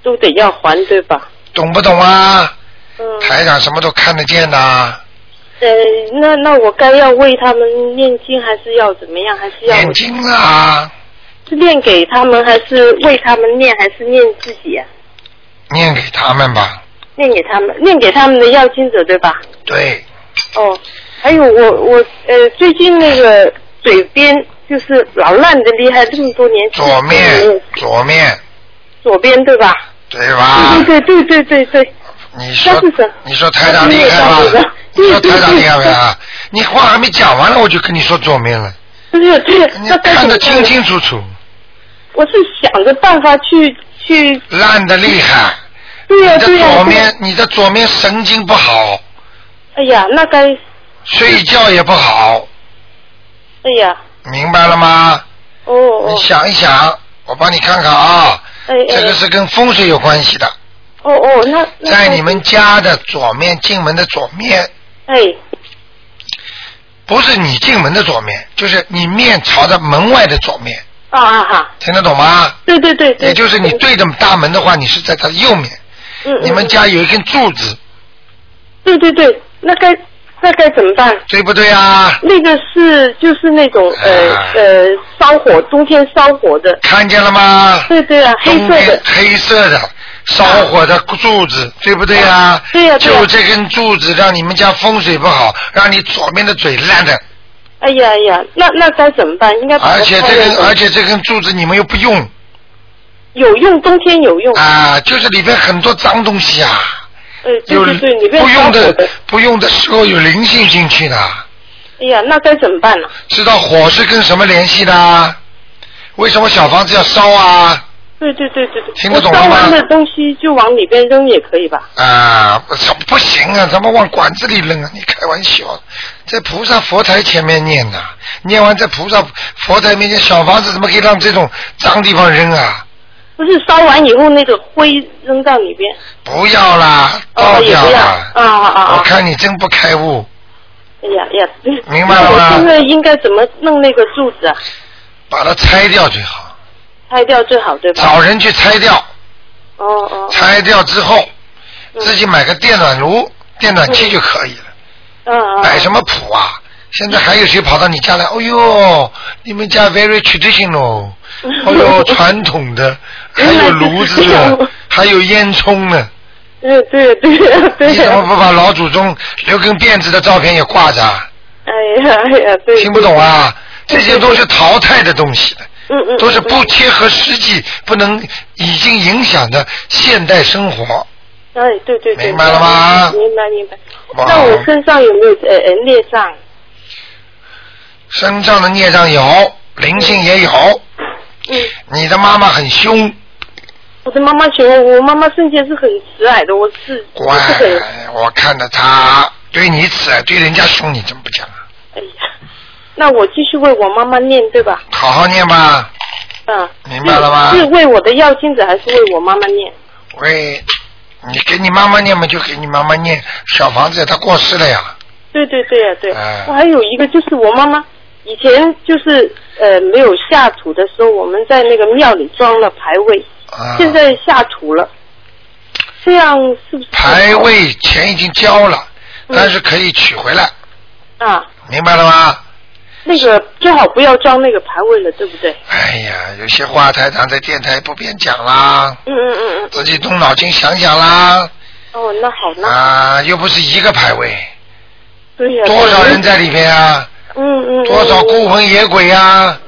S7: 都得要还对吧？
S1: 懂不懂啊？
S7: 嗯，
S1: 台长什么都看得见的啊，
S7: 呃，那那我该要为他们念经，还是要怎么样？还是要
S1: 念经啊，
S7: 是念给他们，还是为他们念，还是念自己啊？
S1: 念给他们吧。
S7: 念给他们，念给他们的要经者对吧？
S1: 对，
S7: 哦，还有我我呃最近那个嘴边就是老烂的厉害，这么多年
S1: 左面左面，
S7: 左边对吧？
S1: 对吧？
S7: 对对对对对对，
S1: 啊你说
S7: 那是什
S1: 你说台长厉害
S7: 那是那
S1: 吧
S7: 个？
S1: 你说台长厉害吧？你话还没讲完了，我就跟你说左面了，
S7: 不是对，
S1: 你
S7: 那该
S1: 看
S7: 怎么
S1: 得
S7: 办
S1: 清
S7: 呢？
S1: 清楚楚，
S7: 我是想着办法去去，
S1: 烂的厉害。
S7: 对呀、
S1: 你
S7: 对
S1: 的
S7: 呀、
S1: 左
S7: 对呀啊
S1: 面，你的左面神经不好，
S7: 哎呀，那该，
S1: 睡觉也不好，
S7: 哎呀，
S1: 明白了吗？
S7: 哦哦
S1: 你，想一想，我帮你看看啊，
S7: 哎
S1: 这个
S7: 哎，
S1: 是跟风水有关系的，
S7: 哦哦，那那
S1: 在
S7: 该
S1: 你们家的左面进门的左面，
S7: 哎，
S1: 不是你进门的左面，就是你面朝着门外的左面，
S7: 啊啊哈，
S1: 听得懂吗？
S7: 对对对，对
S1: 也就是你，对着大门的话，你是在它的右面。
S7: 嗯嗯
S1: 你们家有一根柱子，
S7: 对对对，那该那该怎么办？
S1: 对不对啊？
S7: 那个是就是那种呃
S1: 哎
S7: 呃烧火，冬天烧火的，
S1: 看见了吗？
S7: 对对啊，黑
S1: 中
S7: 色
S1: 间
S7: 的，
S1: 黑色的烧火的柱子，对不对啊？
S7: 对呀对呀
S1: 就这根柱子让你们家风水不好，让你左面的嘴烂的，
S7: 哎呀哎呀，那那该怎么办？应该把它
S1: 而且
S7: 放
S1: 这
S7: 在
S1: 根而且这根柱子你们又不用
S7: 有用，冬天有用，
S1: 啊，就是里边很多脏东西啊，
S7: 呃对
S1: 有
S7: 对对，里面
S1: 不
S7: 烧
S1: 用
S7: 火
S1: 的，不用的时候有灵性进去的。
S7: 哎呀，那该怎么办呢？
S1: 知道火是跟什么联系的啊？为什么小房子要烧啊？
S7: 对对对对对，
S1: 听得懂了吗
S7: 我烧完的东西就往里边扔也可以吧？
S1: 啊，我操，不行啊，怎么往管子里扔啊？你开玩笑，在菩萨佛台前面念呐、念完在菩萨佛台面前，小房子怎么可以让这种脏地方扔啊？
S7: 不是烧完以后那个灰扔到里边，
S1: 不要啦，
S7: 哦
S1: 倒
S7: 也
S1: 掉
S7: 不要，
S1: 啦
S7: 啊！啊啊
S1: 我
S7: 啊！
S1: 看你真不开悟，
S7: 哎呀呀，
S1: 明白了吗
S7: 我现在应该怎么弄那个柱子啊？
S1: 把它拆掉最好，
S7: 拆掉最好对吧？
S1: 找人去拆掉，
S7: 哦哦，
S1: 拆掉之后自己买个电暖炉、电暖器就可以了。
S7: 嗯嗯，
S1: 摆什么谱啊？现在还有谁跑到你家来？哦呦，你们家 very traditional，哦 呦，传统的，还有炉子呢，还有烟囱呢。
S7: 嗯对对 对啊
S1: 你，怎么不把老祖宗留根辫子的照片也挂着啊？
S7: 哎呀哎呀，对，
S1: 听不懂啊？这些都是淘汰的东西了，
S7: 嗯嗯，
S1: 都是不切合实际，不能已经影响的现代生活。
S7: 哎对对对，
S1: 明白了吗
S7: 明白明白。
S1: 哇
S7: 那我身上有没有呃呃裂障？
S1: 身上的孽障有，灵性也有。
S7: 嗯，
S1: 你的妈妈很凶，
S7: 我的妈妈喜欢我妈妈生前是很慈爱的，我是我是很
S1: 乖，我看着他对你慈爱，对人家凶，你怎么不讲啊？
S7: 哎呀，那我继续为我妈妈念对吧？
S1: 好好念吧，
S7: 嗯，
S1: 明白了吗
S7: 是？是为我的药精子还是为我妈妈念？
S1: 喂，你给你妈妈念嘛，就给你妈妈念。小房子她过世了呀，
S7: 对对对呀、对。
S1: 哎
S7: 我还有一个就是我妈妈以前就是呃没有下土的时候，我们在那个庙里装了牌位，
S1: 啊，
S7: 现在下土了，这样是不是
S1: 牌位钱已经交了，
S7: 嗯
S1: 但是可以取回来，
S7: 啊？
S1: 明白了吗？
S7: 那个最好不要装那个牌位了，对不对？
S1: 哎呀，有些话台长在电台不便讲啦，
S7: 嗯嗯嗯嗯。
S1: 自己动脑筋想想啦。
S7: 哦，那好，那好
S1: 啊，又不是一个牌位，
S7: 对呀、
S1: 多少
S7: 对
S1: 人在里面啊？
S7: 嗯嗯，嗯
S1: 多少孤魂野鬼啊？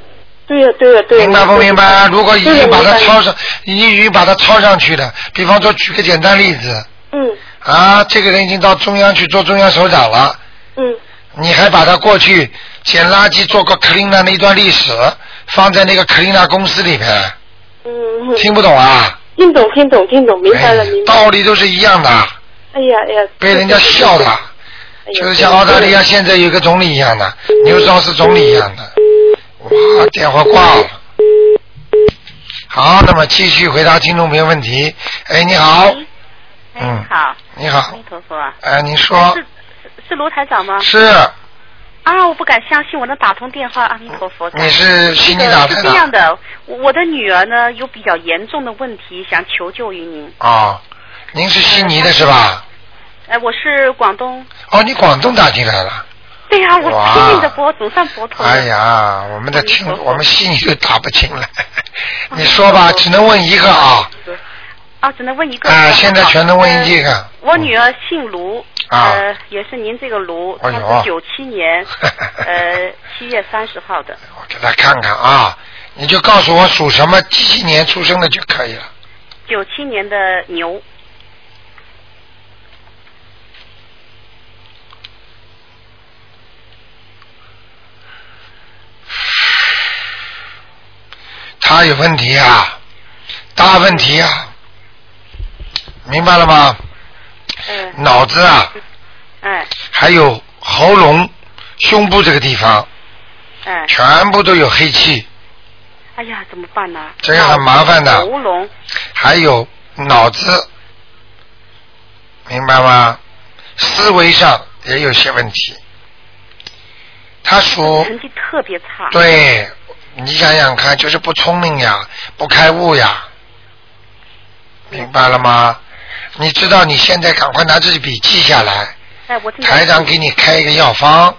S7: 对呀、对呀、对呀、
S1: 明白不明白？如果已
S7: 对
S1: 经
S7: 的
S1: 把它
S7: 明白
S1: 抄上，已经已经把它抄上去了。比方说，举个简单例子
S7: 嗯
S1: 啊，这个人已经到中央去做中央首长了，
S7: 嗯
S1: 你还把他过去捡垃圾做过 cleaner 那一段历史放在那个 cleaner 公司里面，
S7: 嗯，嗯
S1: 听不懂啊？
S7: 听懂听懂听懂，明白了
S1: 哎
S7: 明白了。
S1: 道理都是一样的，
S7: 哎呀哎呀，
S1: 被人家笑的，
S7: 哎呀
S1: 就是像澳大利亚现在有个总理一样的，牛少是总理一样的。哇，电话挂了。好，那么继续回答听众朋友问题。哎，你好，
S9: 哎
S1: 嗯
S9: 好，
S1: 你
S9: 阿
S1: 好
S9: 弥，陀佛啊，
S1: 哎，您说
S9: 是是是卢台长吗？
S1: 是？
S9: 啊，我不敢相信我能打通电话，阿弥陀佛。
S1: 你是悉
S9: 那
S1: 尼打
S9: 个
S1: 胎
S9: 是这样
S1: 的？
S9: 的，我我的女儿呢有比较严重的问题，想求救于您。
S1: 哦，您是悉尼的是吧？
S9: 哎，我是广东。
S1: 哦，你广东打进来了。
S9: 对呀、我
S1: 哇
S9: 拼命的拨，总算拨通了。
S1: 哎呀，我们的听
S9: 嗯，
S1: 我们悉尼都打不进来。你说吧，只能问一个啊。
S9: 啊，只能问一个。
S1: 啊，现在全都问一
S9: 个。
S1: 个。
S9: 我女儿姓卢，
S1: 啊
S9: 呃，也是您这个卢，
S1: 哎
S9: 她
S1: 呦
S9: 是九七 年，呃，七月三十号的，
S1: 我给他看看啊，你就告诉我属什么几几年出生的就可以了。
S9: 九七年的牛，
S1: 他有问题啊，大问题啊，明白了吗？
S9: 嗯、
S1: 脑子啊，
S9: 哎
S1: 还有喉咙、胸部这个地方，
S9: 哎，
S1: 全部都有黑气，
S9: 哎呀，怎么办呢？
S1: 这个很麻烦的
S9: 喉咙，
S1: 还有脑子，明白吗？思维上也有些问题。他属
S9: 成绩特别差。
S1: 对，你想想看，就是不聪明呀，不开悟呀，明白了吗？你知道，你现在赶快拿自己笔记下来，
S9: 哎，我正在
S1: 台长给你开一个药方，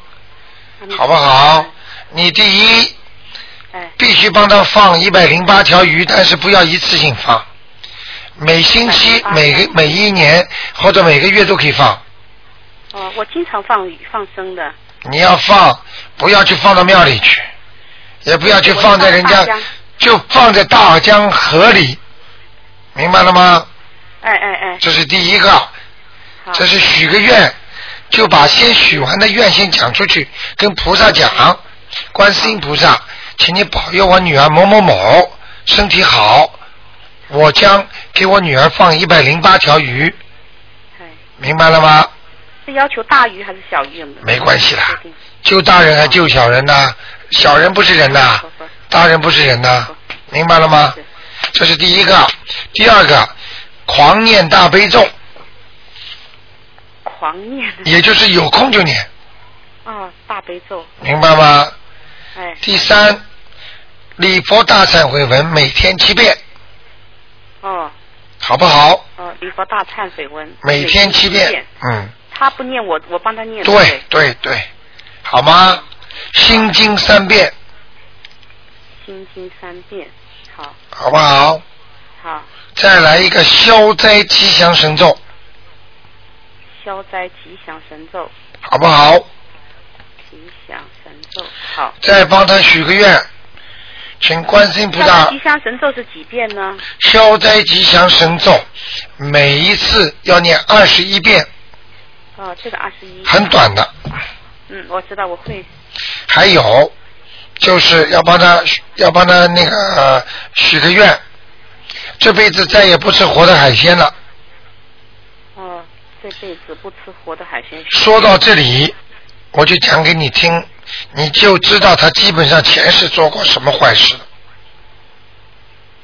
S1: 好不好？你第一
S9: 哎
S1: 必须帮他放一百零八条鱼，但是不要一次性放，每星期、
S9: 108
S1: 每个每一年或者每个月都可以放。
S9: 哦，我经常放放生的。
S1: 你要放，不要去放到庙里去，也不要去放在人
S9: 我
S1: 家
S9: 放大江，
S1: 就放在大江河里，明白了吗？
S9: 哎哎哎，
S1: 这是第一个，
S9: 好，
S1: 这是许个愿，就把先许完的愿先讲出去，跟菩萨讲，观世音菩萨，请你保佑我女儿某某某身体好，我将给我女儿放一百零八条鱼，明白了吗？
S9: 是要求大鱼还是小鱼？
S1: 没关系啦，救大人还啊救小人呐、小人不是人呐、大人不是人呐、明白了吗？这是第一个，第二个，狂念大悲咒，
S9: 狂念
S1: 也就是有空就念，
S9: 啊，大悲咒，
S1: 明白吗？
S9: 哎，
S1: 第三，礼佛大忏悔文每天七遍，
S9: 哦，
S1: 好不好？
S9: 哦，礼佛大忏悔文，
S1: 每天七遍
S9: 遍，，
S1: 嗯，
S9: 他不念我，我帮他念，
S1: 对对对，好吗？心经三遍，
S9: 心经三遍，好，
S1: 好不好？
S9: 好，
S1: 再来一个消灾吉祥神咒，
S9: 消灾吉祥神咒，
S1: 好不好？
S9: 吉祥神咒，好。
S1: 再帮他许个愿，请观世音菩
S9: 消灾
S1: 萨
S9: 吉祥神咒是几遍呢？
S1: 消灾吉祥神咒，每一次要念二十一遍，
S9: 哦，这个二十一，
S1: 很短的。
S9: 嗯，我知道，我会，
S1: 还有就是要帮他要帮他那个、呃许个愿，这辈子再也不吃活的海鲜了。
S9: 哦，这辈子不吃活的海鲜。
S1: 说到这里，我就讲给你听，你就知道他基本上前世做过什么坏事了。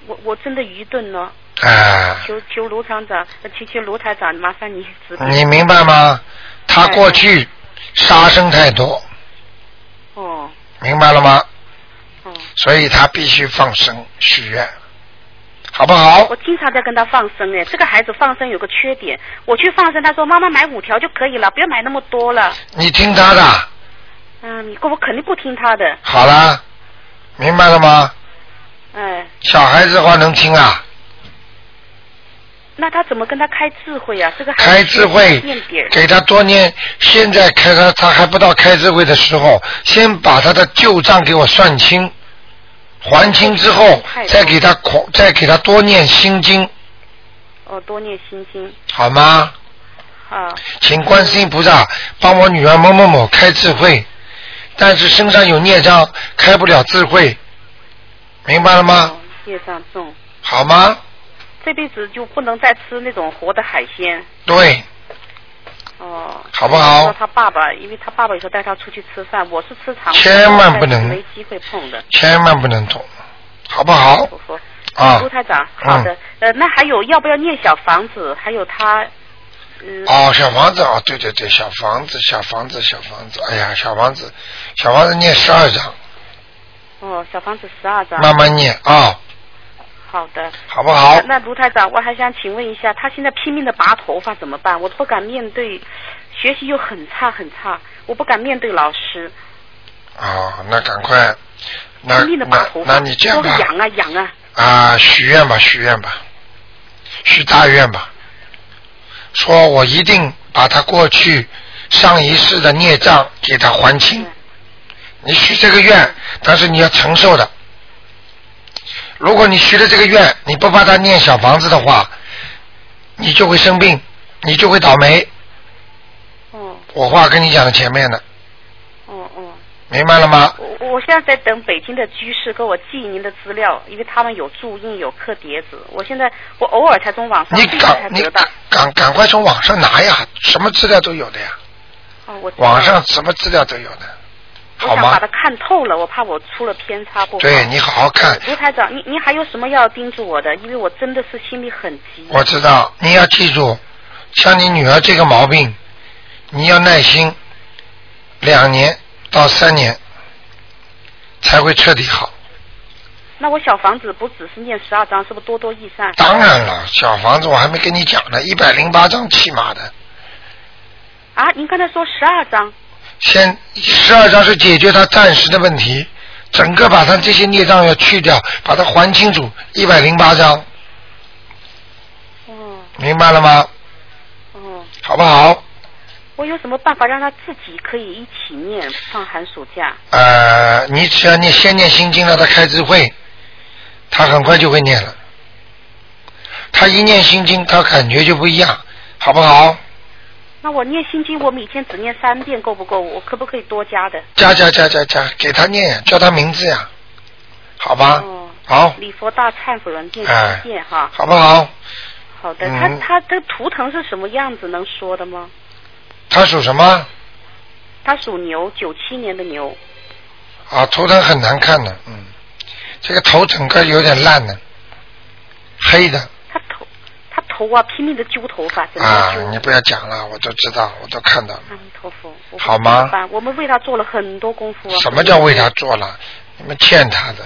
S9: 我我真的愚钝了，
S1: 哎、
S9: 求求卢厂长，呃求求卢台长，麻烦你指点。
S1: 你明白吗？他过
S9: 哎
S1: 去杀生太多，
S9: 哦
S1: 明白了吗？
S9: 哦，
S1: 所以他必须放生许愿，好不好
S9: 我？经常在跟他放生哎，这个孩子放生有个缺点，我去放生，他说妈妈买五条就可以了，不要买那么多了。
S1: 你听他的，
S9: 嗯，你我肯定不听他的，
S1: 好啦，明白了吗？
S9: 哎，
S1: 小孩子的话能听啊，
S9: 那他怎么跟他开智慧啊？这个孩子
S1: 开智慧
S9: 念点儿，
S1: 给他多念。现在开他他还不到开智慧的时候，先把他的旧账给我算清，还清之后
S9: 太多
S1: 再给他狂，再给他多念心经，
S9: 哦，多念心经
S1: 好吗？
S9: 啊，
S1: 请观世音菩萨帮我女儿某某某开智慧，但是身上有孽障，开不了智慧，明白了吗
S9: 哦？，业障重，
S1: 好吗？
S9: 这辈子就不能再吃那种活的海鲜
S1: 对，
S9: 哦。
S1: 好不
S9: 说
S1: 好？
S9: 他爸爸，因为他爸爸有时候带他出去吃饭，我是吃肠胃，
S1: 千万不能
S9: 但是没机会碰的。
S1: 千万不能动，好不好？
S9: 我说，
S1: 啊
S9: 卢台长，好的，呃，那还有要不要念小房子？还有他，嗯，
S1: 哦，小房子哦，对对对，小房子，小房子，小房子，哎呀，小房子，小房子念十二章，
S9: 哦，小房子十二张，
S1: 慢慢念啊、
S9: 好的。
S1: 好不好
S9: 呃？那卢台长，我还想请问一下，他现在拼命的拔头发怎么办？我不敢面对，学习又很差很差，我不敢面对老师，
S1: 哦，那赶快，那
S9: 拼命的拔
S1: 那
S9: 头发，
S1: 那你这样吧
S9: 说，痒啊痒啊，
S1: 啊，许愿吧，许愿吧，许大愿吧，说我一定把他过去上一世的孽障给他还清。你许这个愿，但是你要承受的。如果你许了这个愿，你不把它念小房子的话，你就会生病，你就会倒霉。
S9: 哦
S1: 我话跟你讲的前面的，
S9: 哦哦。
S1: 明白了吗？
S9: 我我现在在等北京的居士给我寄您的资料，因为他们有注印有刻碟子。我现在我偶尔才从网上
S1: 你
S9: 最近才
S1: 赶你
S9: 得到
S1: 赶。赶赶快从网上拿呀，什么资料都有的呀。
S9: 哦，我知道
S1: 网上什么资料都有的，
S9: 我
S1: 好
S9: 想把
S1: 吗
S9: 它？看透了，我怕我出了偏差不好。
S1: 对你好好看，
S9: 卢台长，您您还有什么要叮嘱我的？因为我真的是心里很急。
S1: 我知道你要记住，像你女儿这个毛病，你要耐心，两年到三年才会彻底好。
S9: 那我小房子不只是念十二章，是不是多多益善？
S1: 当然了，小房子我还没跟你讲呢，一百零八张起码的，
S9: 啊，您刚才说十二章，
S1: 先十二张是解决他暂时的问题，整个把他这些孽障要去掉，把它还清楚，一百零八张，
S9: 哦
S1: 明白了吗？
S9: 哦，
S1: 好不好？
S9: 我有什么办法让他自己可以一起念放寒暑假？
S1: 呃，你只要你先念心经，让他开智慧，他很快就会念了。他一念心经，他感觉就不一样，好不好？
S9: 那我念心经，我每天只念三遍够不够？我可不可以多加的？
S1: 加加加加加，给他念呀，叫他名字呀，好吧？
S9: 哦
S1: 好，
S9: 礼佛大忏悔文念
S1: 哎
S9: 七遍哈。
S1: 好不好？
S9: 好的，他
S1: 嗯
S9: 他的图腾是什么样子？能说的吗？
S1: 他属什么？
S9: 他属牛，九七年的牛。
S1: 啊，头疼很难看的，嗯，这个头整个有点烂的，黑的
S9: 他头他头啊，拼命的揪头发，怎么
S1: 啊
S9: 揪？，
S1: 你不要讲了，我都知道，我都看到了。
S9: 阿弥陀佛，我不
S1: 好吗
S9: 怎么办？我们为他做了很多功夫啊。
S1: 什么叫为他做了？你们欠他的，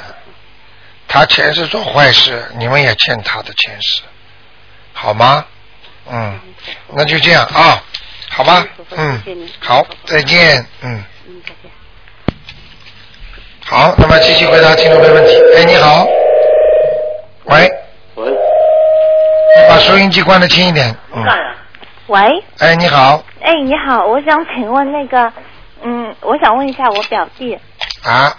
S1: 他前世做坏事，你们也欠他的前世，好吗？嗯，那就这样啊，好吧？嗯，好，再见，嗯。好，那么继续回答听众的问题。哎，你好，喂，
S10: 喂，
S1: 你把收音机关的轻一点。嗯。
S11: 喂，
S1: 哎，你好，
S11: 哎，你好，我想请问那个，嗯，我想问一下我表弟，
S1: 啊，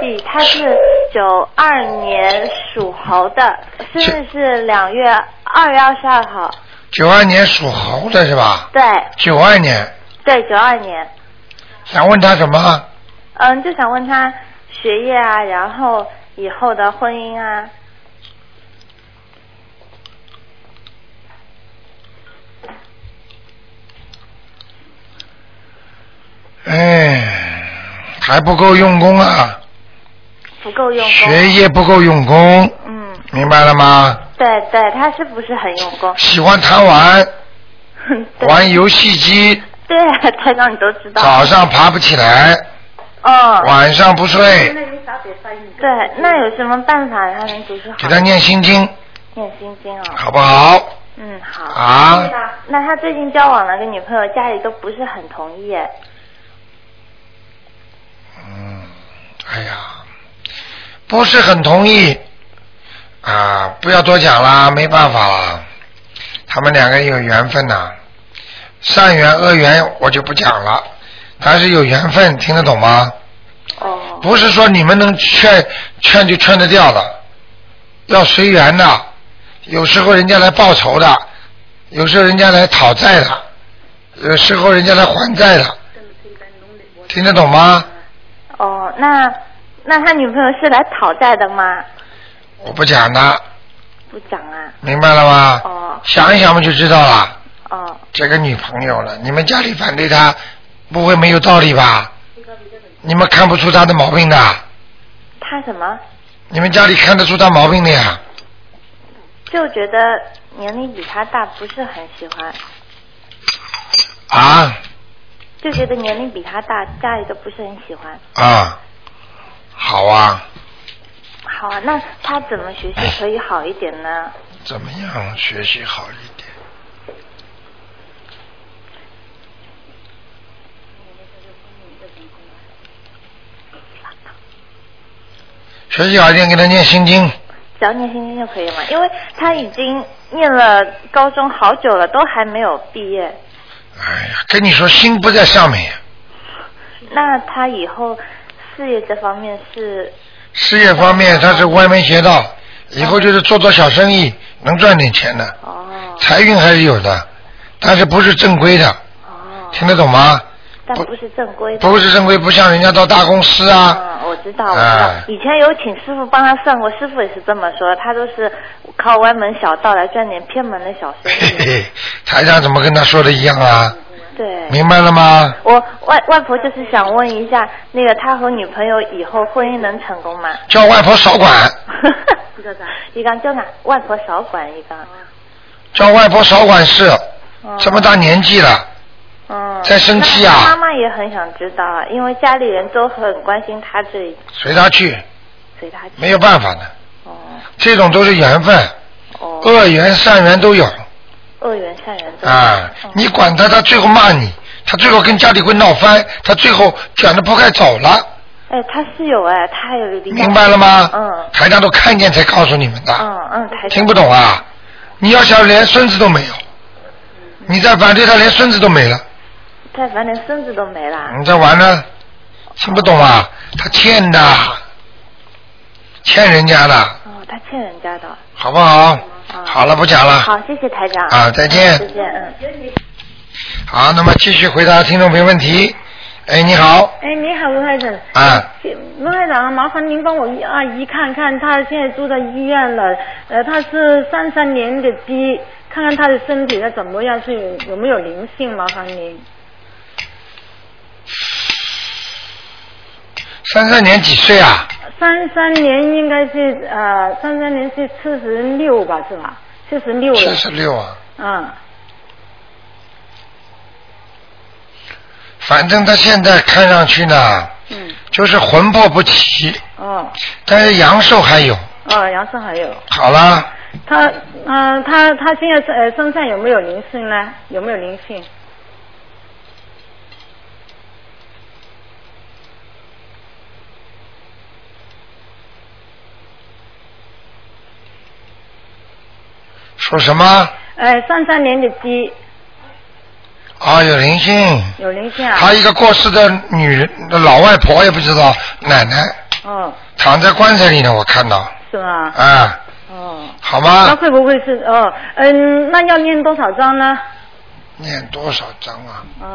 S11: 弟他是九二年属猴的，生日是两月二月二十二号，
S1: 九二年属猴的是吧？
S11: 对
S1: 九二年，
S11: 对，九二年，
S1: 想问他什么？
S11: 嗯，就想问他学业啊，然后以后的婚姻啊，
S1: 哎，还不够用功啊，
S11: 哦不够用功，
S1: 学业不够用功，
S11: 嗯，
S1: 明白了吗？
S11: 对对，他是不是很用功？
S1: 喜欢贪玩，
S11: 对
S1: 玩游戏机，
S11: 对， 台长你都知道，
S1: 早上爬不起来，
S11: 嗯，
S1: 晚上不睡，
S11: 对，那有什么办法让他能读书好？
S1: 给他念心经，
S11: 念心经哦。
S1: 好不好？
S11: 嗯，好。
S1: 啊。
S11: 那他最近交往了个女朋友，家里都不是很同意哎。
S1: 哎呀，不是很同意啊，不要多讲啦，没办法啦，他们两个有缘分呐、善缘恶缘我就不讲了，但是有缘分，听得懂吗？哦。不是说你们能劝劝就劝得掉的，要随缘的，有时候人家来报仇的，有时候人家来讨债的，有时候人家来还债的，听得懂吗？
S11: 哦，那那他女朋友是来讨债的吗？
S1: 我不讲的，
S11: 不讲啊。
S1: 明白了吗？
S11: 哦
S1: 想一想嘛就知道了。
S11: 哦，
S1: 这个女朋友了，你们家里反对她，不会没有道理吧？你们看不出她的毛病的，
S11: 他什么
S1: 你们家里看得出她毛病的呀。
S11: 就觉得年龄比他大不是很喜欢，
S1: 啊
S11: 就觉得年龄比他大，家里都不是很喜欢。
S1: 啊，好啊，
S11: 好啊，那他怎么学习可以好一点呢？
S1: 怎么样学习好一点？学习好一点，给她念心经。
S11: 只要念心经就可以了嘛，因为他已经念了高中好久了，都还没有毕业。
S1: 跟你说，心不在上面，
S11: 那他以后事业这方面是
S1: 事业方面他是歪门邪道，以后就是做做小生意，能赚点钱的。
S11: 哦
S1: 财运还是有的，但是不是正规的。
S11: 哦
S1: 听得懂吗？
S11: 但不是正规的。
S1: 不是正规，不像人家到大公司啊。
S11: 嗯，我知道，我知道
S1: 哎。
S11: 以前有请师傅帮他算过，师傅也是这么说，他都是靠歪门小道来赚点偏门的小生 意。
S1: 嘿嘿，台长怎么跟他说的一样啊？
S11: 对。
S1: 明白了吗？
S11: 我外外婆就是想问一下，那个他和女朋友以后婚姻能成功吗？
S1: 叫外婆少管，
S11: 一个就拿外婆少管一个。
S1: 叫外婆少管事。
S11: 嗯
S1: 这么大年纪了，
S11: 嗯，
S1: 在生气啊
S11: 那他妈妈也很想知道啊，因为家里人都很关心他这一，
S1: 随他去，
S11: 所以他哦
S1: 没有办法的。这种都是缘分，恶缘善缘都有。
S11: 恶缘善缘都
S1: 啊，你管他，他最后骂你，他最后跟家里会闹翻，他最后卷着铺盖走了。
S11: 哎，他是有哎，他还有一个
S1: 明白了吗
S11: 嗯
S1: 台长都看见才告诉你们的，
S11: 嗯嗯，
S10: 哎
S11: 台长
S1: 听不懂？啊？你要想连孙子都没有，你再反对他，连孙子都没了，
S11: 再烦连孙子都没了。
S1: 你这玩呢？听不懂啊？他欠的，欠人家的，
S11: 哦，他欠人家的。
S1: 好不好？好了，不讲了。
S11: 好，谢谢台长。
S1: 啊再见
S11: 再见，嗯。
S1: 好，那么继续回答听众朋友问题。哎，你好，
S10: 哎，你好，卢台长。
S1: 啊，
S10: 卢台长，麻烦您帮我阿姨看看，她现在住在医院了，呃，她是三三年的鸡，看看她的身体她怎么样，是有有没有灵性？麻烦您。
S1: 三三年几岁啊？
S10: 三三年应该是呃，三三年是四十六吧，是吧？四十六了。
S1: 七十六啊，
S10: 嗯，
S1: 反正他现在看上去呢，
S10: 嗯，
S1: 就是魂魄不齐，
S10: 哦，
S1: 但是阳寿还有。
S10: 哦，杨生还有。
S1: 好啦，
S10: 她，嗯、她她现在呃身上有没有灵性呢？有没有灵性？
S1: 说什么？
S10: 呃，三三年的鸡
S1: 啊，有灵性。
S10: 有灵性啊？
S1: 他一个过世的女人，老外婆也不知道，奶奶
S10: 哦，
S1: 躺在棺材里呢，我看到。
S10: 是吗？
S1: 啊，
S10: 哦。
S1: 好
S10: 那
S1: 吗？
S10: 会不会是哦？嗯，那要念多少章呢？
S1: 念多少章啊？
S10: 啊，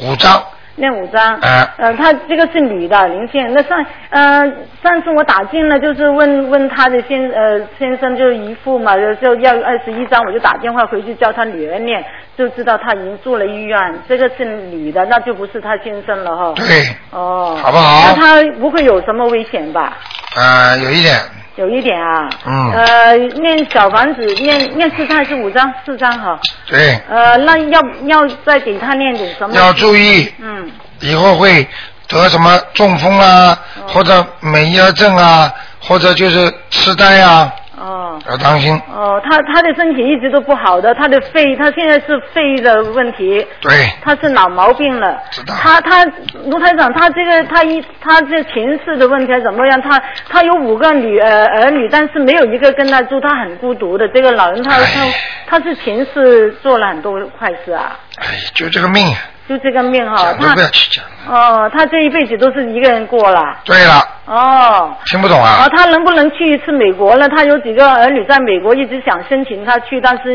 S1: 五章。
S10: 念五章。
S1: 哎
S10: 呃，他这个是女的林线，那上呃上次我打进了，就是问问他的先呃先生就是姨父嘛，就要二十一章，我就打电话回去叫他女儿念，就知道他已经住了医院，这个是女的，那就不是他先生了哈。
S1: 对，
S10: 哦。
S1: 好不好
S10: 那他不会有什么危险吧？
S1: 啊，有一点，
S10: 有一点啊。
S1: 嗯
S10: 呃，念小房子，念念四张还是五张？四张哈。
S1: 对，
S10: 呃，那要要再给他念点什么？
S1: 要注意
S10: 嗯，
S1: 以后会得什么中风啊，或者美腰症啊，或者就是痴呆啊，
S10: 哦。
S1: 要当心。
S10: 哦，他他的身体一直都不好的，他的肺，他现在是肺的问题，
S1: 对，
S10: 他是脑毛病了。他他卢台长，他这个他一他这前世的问题还怎么样？他他有五个女儿儿女，但是没有一个跟他住，他很孤独的。这个老人他他他是前世做了很多坏事啊，
S1: 哎，就这个命，
S10: 就这个命哈、
S1: 都
S10: 他
S1: 不要去讲。
S10: 哦，他这一辈子都是一个人过了。
S1: 对了，
S10: 哦。
S1: 听不懂啊
S10: 哦，？他能不能去一次美国呢？他有几个儿女在美国，一直想申请他去，但是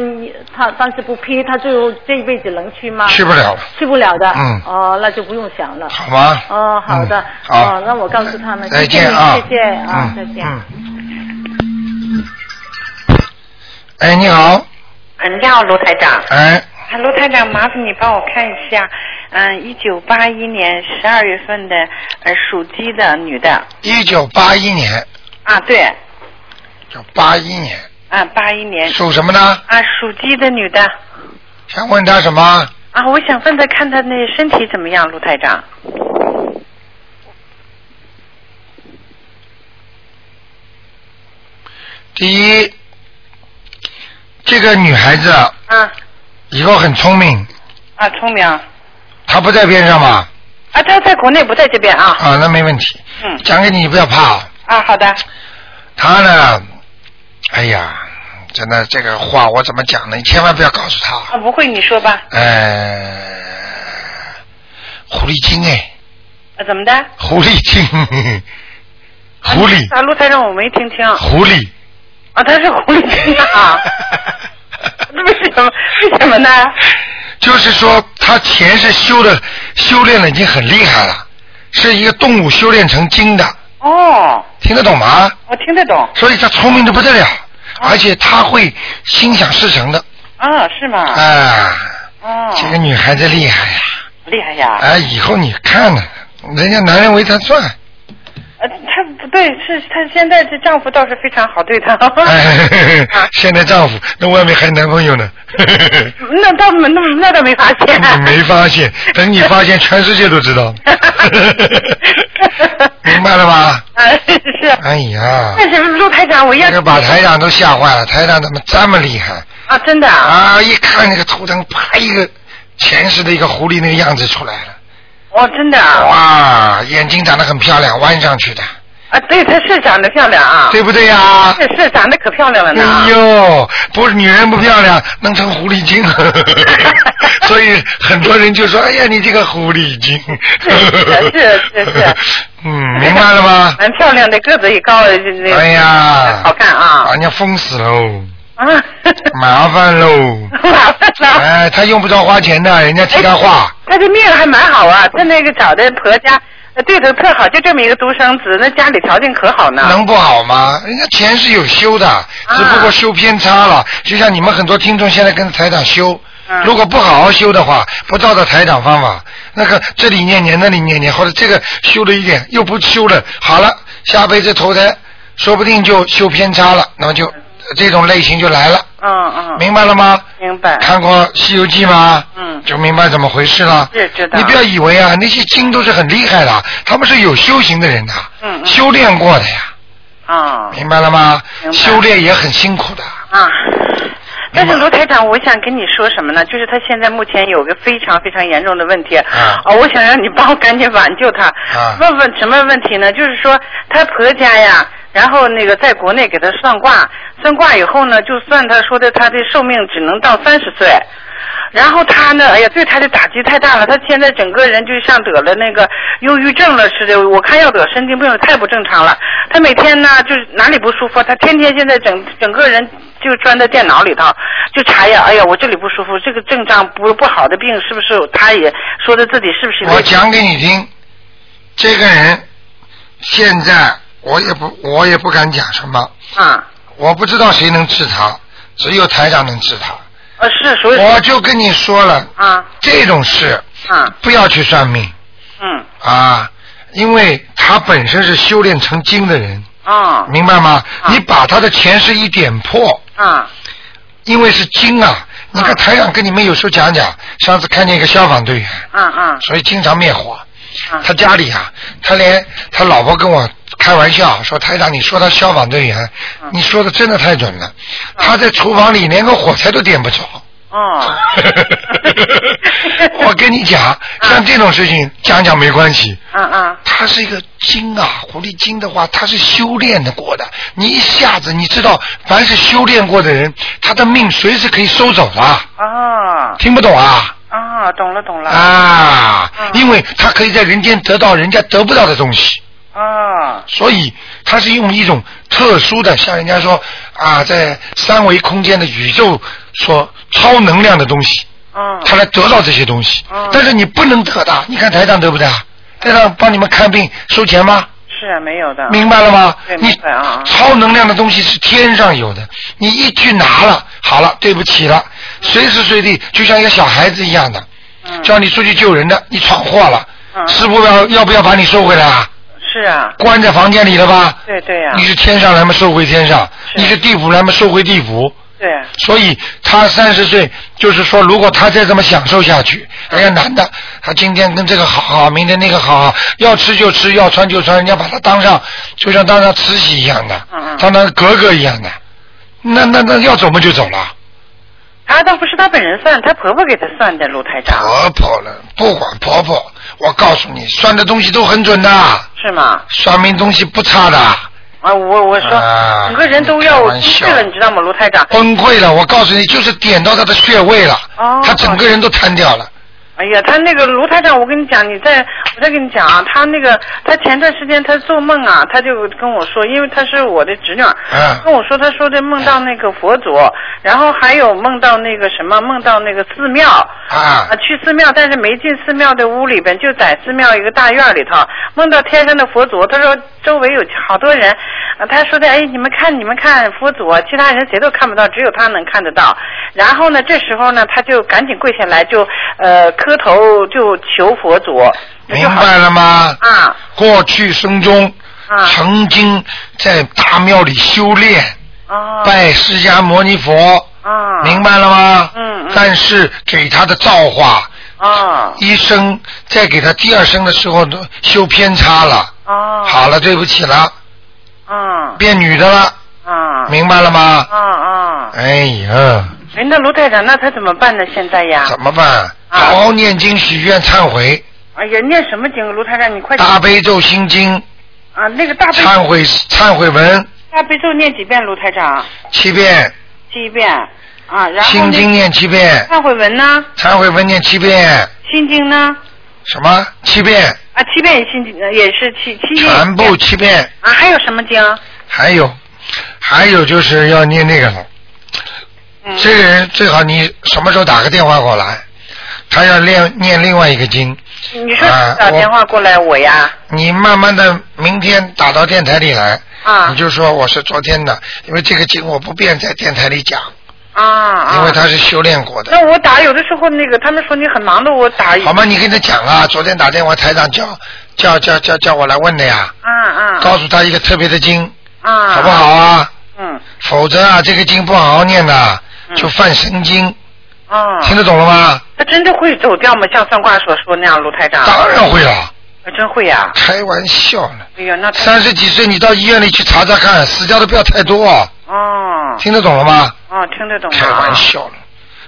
S10: 他但是不批，他最后这一辈子能去吗？
S1: 去不了了
S10: 去不了的。
S1: 嗯
S10: 哦，那就不用想了。
S1: 好吗？嗯
S10: 哦，好的。
S1: 好
S10: 哦，那我告诉他们。
S1: 再
S10: 谢谢
S1: 见
S10: 你
S1: 啊
S10: 谢谢啊，
S1: 嗯
S10: 再见。
S1: 哎，你好，
S8: 嗯，你好，卢台长。
S1: 哎，
S8: 啊，卢台长，麻烦你帮我看一下，嗯，一九八一年十二月份的，呃，属鸡的女的。
S1: 一九八一年，
S8: 啊，对，
S1: 就八一年，
S8: 啊，八一年。
S1: 属什么呢？
S8: 啊，属鸡的女的。
S1: 想问他什么？
S8: 啊，我想问她看她那身体怎么样，卢台长。
S1: 第一，这个女孩子啊
S8: 啊
S1: 以后很聪明，
S8: 啊，聪明。啊，
S1: 她不在边上吧？
S8: 她在国内不在这边啊。
S1: 啊，那没问题。
S8: 嗯。
S1: 讲给你，你不要怕。
S8: 啊，好的。
S1: 她呢，哎呀，真的这个话我怎么讲呢？你千万不要告诉她。
S8: 啊，不会，你说吧。
S1: 呃，狐狸精哎，
S8: 啊，怎么的？
S1: 狐狸精，呵呵狐狸，
S8: 啊，卢台长，我没听清。
S1: 狐狸，
S8: 啊，她是狐狸精 啊。那为什么？为什么呢？
S1: 就是说她前世修的修炼的已经很厉害了，是一个动物修炼成精的，
S8: 哦，
S1: 听得懂吗？
S8: 我听得懂。哦
S1: 所以她聪明的不得了，而且她会心想事成的，
S8: 啊，是吗？
S1: 啊，
S8: 哦，
S1: 这个女孩子厉害呀、
S8: 厉害呀！
S1: 哎，以后你看呢，人家男人为她转，
S8: 呃，她不对，是她现在这丈夫倒是非常好对她。
S1: 哎， 现在丈夫那外面还有男朋友呢，
S8: 那倒没，那那倒没发 现。
S1: 你没发现，等你发现，全世界都知 道，明白了吧？
S8: 啊，是。
S1: 哎呀，
S8: 但是陆台长，我要
S1: 这个把台长都吓坏了，台长怎么这么厉害？
S8: 啊，真的
S1: 啊，一看那个图腾，啪一个前世的一个狐狸那个样子出来了，
S8: 哦，真的啊，
S1: 哇，眼睛长得很漂亮，弯上去的，
S8: 啊，对，她是长得漂亮啊，
S1: 对不对呀
S8: 是是，长得可漂亮了呢。
S1: 哎呦，不是女人不漂亮，能成狐狸 精，所以很多人就说：“哎呀，你这个狐狸精。
S8: 是是是是”
S1: 嗯，明白了吗？
S8: 蛮漂亮的，个子也高，这这
S1: 哎 呀，
S8: 好看啊
S1: 把人家封死喽，
S8: 啊，
S1: 麻烦喽。
S8: 麻
S1: 哎，他用不着花钱的， 人家替他画。
S8: 他这命还蛮好啊，他那个找的婆家呃对头特好，就这么一个独生子，那家里条件可好呢。
S1: 能不好吗？人家钱是有修
S8: 啊
S1: 的，只不过修偏差了。就像你们很多听众现在跟台长修，
S8: 嗯
S1: 如果不好好修的话，不照着台长方法，那个这里念念，那里念念，或者这个修了一点又不修了，好了，下辈子投胎说不定就修偏差了，那么就这种类型就来了。
S8: 嗯嗯。
S1: 明白了吗？
S8: 明白。
S1: 看过《西游记》吗？
S8: 嗯。
S1: 就明白怎么回事了。
S8: 是知道。
S1: 你不要以为啊，那些经都是很厉害的，他们是有修行的人呐、
S8: 嗯嗯
S1: 修炼过的呀，
S8: 啊
S1: 明白了吗？
S8: 明白
S1: 修炼也很辛苦的。
S8: 啊。但是罗台长，我想跟你说什么呢？就是他现在目前有个非常非常严重的问题，哦
S1: 啊
S8: 我想让你帮我赶紧挽救他。
S1: 啊
S8: 问问什么问题呢？就是说他婆家呀，然后那个在国内给他算卦，算卦以后呢，就算他说的他的寿命只能到三十岁，然后他呢，哎呀，对他的打击太大了，他现在整个人就像得了那个忧郁症了似的，我看要得神经病了，太不正常了。他每天呢，就是哪里不舒服，他天天现在整整个人就钻在电脑里头，就查呀，哎呀，我这里不舒服，这个症状不不好的病是不是？他也说的自己是不是？
S1: 我讲给你听，这个人现在我也不我也不敢讲什么，
S8: 啊，
S1: 我不知道谁能治他，只有台长能治他。
S8: 呃，是所以
S1: 我就跟你说了，
S8: 啊
S1: 这种事
S8: 啊，
S1: 不要去算命
S8: 嗯
S1: 啊，因为他本身是修炼成精的人，
S8: 啊
S1: 明白吗？你把他的前世一点破，
S8: 啊
S1: 因为是精啊。你看台长跟你们有时候讲讲，上次看见一个消防队员，
S8: 啊啊
S1: 所以经常灭火。
S8: 啊
S1: 他家里啊，他连他老婆跟我开玩笑说：“台长，你说他消防队员，
S8: 啊
S1: 你说的真的太准了。他在厨房里连个火柴都点不着。
S8: 哦，
S1: 我跟你讲，像这种事情讲讲没关系。
S8: 啊啊
S1: 他是一个精啊，狐狸精的话，他是修炼的过的。你一下子你知道，凡是修炼过的人，他的命随时可以收走的。
S8: 啊
S1: 听不懂啊？
S8: 啊，懂了嗯懂了
S1: 啊，因为他可以在人间得到人家得不到的东西。
S8: 啊
S1: 所以他是用一种特殊的，像人家说啊，在三维空间的宇宙所超能量的东西，
S8: 嗯
S1: 他来得到这些东西。但是你不能得的，你看台长得不得？啊台长帮你们看病收钱吗？
S8: 是啊没有的，
S1: 明白了吗
S8: 对，
S1: 你
S8: 明白啊，
S1: 超能量的东西是天上有的，你一去拿了，好了，对不起了，随时随地就像一个小孩子一样的，叫你出去救人的，你闯祸了，师傅要要不要把你收回来啊？
S8: 是啊，
S1: 关在房间里了吧？
S8: 对对呀、
S1: 你是天上来嘛，收回天上；你是地府来嘛，收回地府。
S8: 对，
S1: 所以他三十岁，就是说，如果他再这么享受下去，
S8: 嗯
S1: 人家男的，他今天跟这个好好，明天那个好好，要吃就吃，要穿就穿，人家把他当上，就像当上慈禧一样
S8: 嗯
S1: 的，当上格格一样的，那那那要走嘛就走了，
S8: 他倒不是他本人算，他婆婆给他算的，卢台长
S1: 婆婆了，不管婆婆，我告诉你，算的东西都很准的，
S8: 是吗？
S1: 算命东西不差的，
S8: 啊，我我说、
S1: 啊
S8: 整个人都要
S1: 开
S8: 崩
S1: 玩笑
S8: 溃了，你知道吗，卢台长？
S1: 崩溃了，我告诉你，就是点到他的穴位了，
S8: 哦
S1: 他整个人都瘫掉了。
S8: 哎呀，他那个卢台长，我跟你讲，你再我再跟你讲啊，他那个他前段时间他做梦啊，他就跟我说，因为他是我的侄女儿，
S1: 嗯
S8: 跟我说他说的梦到那个佛祖，然后还有梦到那个什么，梦到那个寺庙
S1: 啊
S8: 去寺庙，但是没进寺庙的屋里边，就在寺庙一个大院里头梦到天上的佛祖，他说周围有好多人，啊他说的哎，你们看你们看佛祖，啊其他人谁都看不到，只有他能看得到。然后呢，这时候呢，他就赶紧跪下来，就呃磕头就求佛祖，
S1: 明白了吗？
S8: 啊
S1: 过去生中、
S8: 啊
S1: 曾经在大庙里修炼，
S8: 啊
S1: 拜释迦牟尼佛，
S8: 啊
S1: 明白了吗？
S8: 嗯嗯
S1: 但是给他的造化，
S8: 啊
S1: 一生在给他第二生的时候都修偏差了，
S8: 啊
S1: 好了，对不起了，
S8: 啊
S1: 变女的了，
S8: 啊，
S1: 明白了吗？
S8: 啊啊，
S1: 哎呀，
S8: 哎，那卢台长，那他怎么办呢？现在呀？
S1: 怎么
S8: 啊
S1: 办？好好念经、许愿、忏悔，
S8: 哎呀，念什么经？卢台长，你快点
S1: 大悲咒心经、
S8: 啊，那个大悲
S1: 忏悔忏悔文
S8: 大悲咒念几遍？卢台长，
S1: 七遍，
S8: 七遍啊，然后
S1: 心
S8: 呢
S1: 经念七遍。
S8: 忏悔文呢？
S1: 忏悔文念七遍，
S8: 心经呢？
S1: 什么七遍，
S8: 啊，七遍也心经也是七七遍
S1: 全部七遍，
S8: 啊啊，还有什么经？
S1: 还有还有就是要念那个了，这个人最好你什么时候打个电话过来，他要念念另外一个经。
S8: 你说
S1: 啊
S8: 打
S1: 我
S8: 电话过来我呀？
S1: 你慢慢的，明天打到电台里来，
S8: 啊
S1: 你就说我是昨天的，因为这个经我不便在电台里讲，
S8: 啊啊！
S1: 因为他是修炼过的。
S8: 那我打有的时候那个他们说你很忙的，我打
S1: 好吗？你跟他讲啊，昨天打电话台长叫叫叫叫叫我来问的呀，
S8: 啊啊
S1: 告诉他一个特别的经，
S8: 啊，
S1: 好不好？啊？
S8: 嗯，
S1: 否则啊，这个经不好好念的，就犯神经，
S8: 啊，
S1: 听得懂了吗？
S8: 他真的会走掉吗？像算卦所说那样，卢台长？
S1: 当然会了，
S8: 啊，真会呀、
S1: 开玩笑呢。
S8: 哎呀，那
S1: 三十几岁，你到医院里去查查看，死掉的不要太多哦。
S8: 哦
S1: 听得懂了吗？
S8: 哦，听得懂了。
S1: 开玩笑了，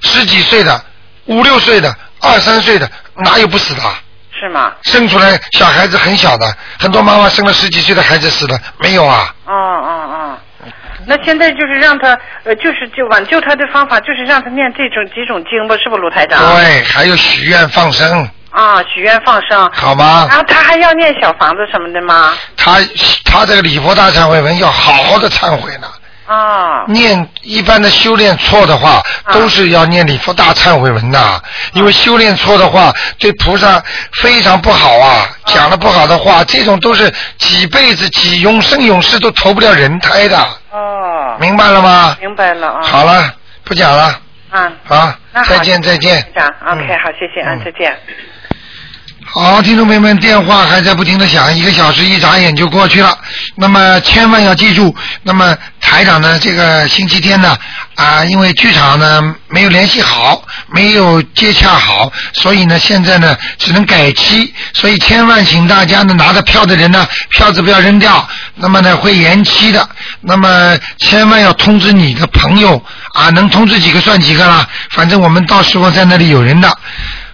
S1: 十几岁的、五六岁的、二三岁的，哪有不死的？啊
S8: 是吗？
S1: 生出来小孩子很小的，很多妈妈生了十几岁的孩子死了，没有啊？
S8: 哦哦哦，那现在就是让他呃，就是就挽救他的方法，就是让他念这种几种经吧，是不是卢台长？
S1: 对，还有许愿放生，
S8: 啊，许愿放生。
S1: 好吗
S8: 然后他还要念小房子什么的吗？
S1: 他他这个礼佛大忏悔文要好好的忏悔呢。
S8: 啊。
S1: 念一般的修炼错的话，都是要念礼佛大忏悔文的，因为修炼错的话，对菩萨非常不好啊。讲了不好的话，这种都是几辈子几永生永世都投不了人胎的。
S8: 哦。
S1: 明白了吗？
S8: 明白了啊。
S1: 好。了，不讲了
S8: 啊。
S1: 啊
S8: 那，好
S1: 再见再见。嗯
S8: 台长，OK，好，谢谢啊，再见。
S1: 好，听众朋友们，电话还在不停的响，一个小时一眨眼就过去了。那么千万要记住，那么台长呢，这个星期天呢，啊、因为剧场呢没有联系好，没有接洽好，所以呢，现在呢只能改期，所以千万请大家呢拿着票的人呢，票子不要扔掉，那么呢会延期的。那么千万要通知你的朋友啊，能通知几个算几个啦，反正我们到时候在那里有人的。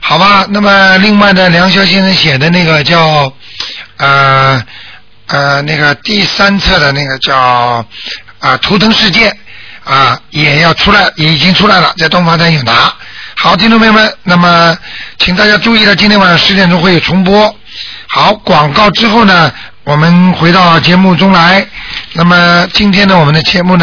S1: 好吧，那么另外呢，梁霄先生写的那个叫呃呃那个第三册的那个叫啊、图腾世界啊、也要出来，也已经出来了，在东方站有拿。好，听众朋友们，那么请大家注意了，今天晚上十点钟会有重播。好，广告之后呢，我们回到节目中来。那么今天呢，我们的节目呢。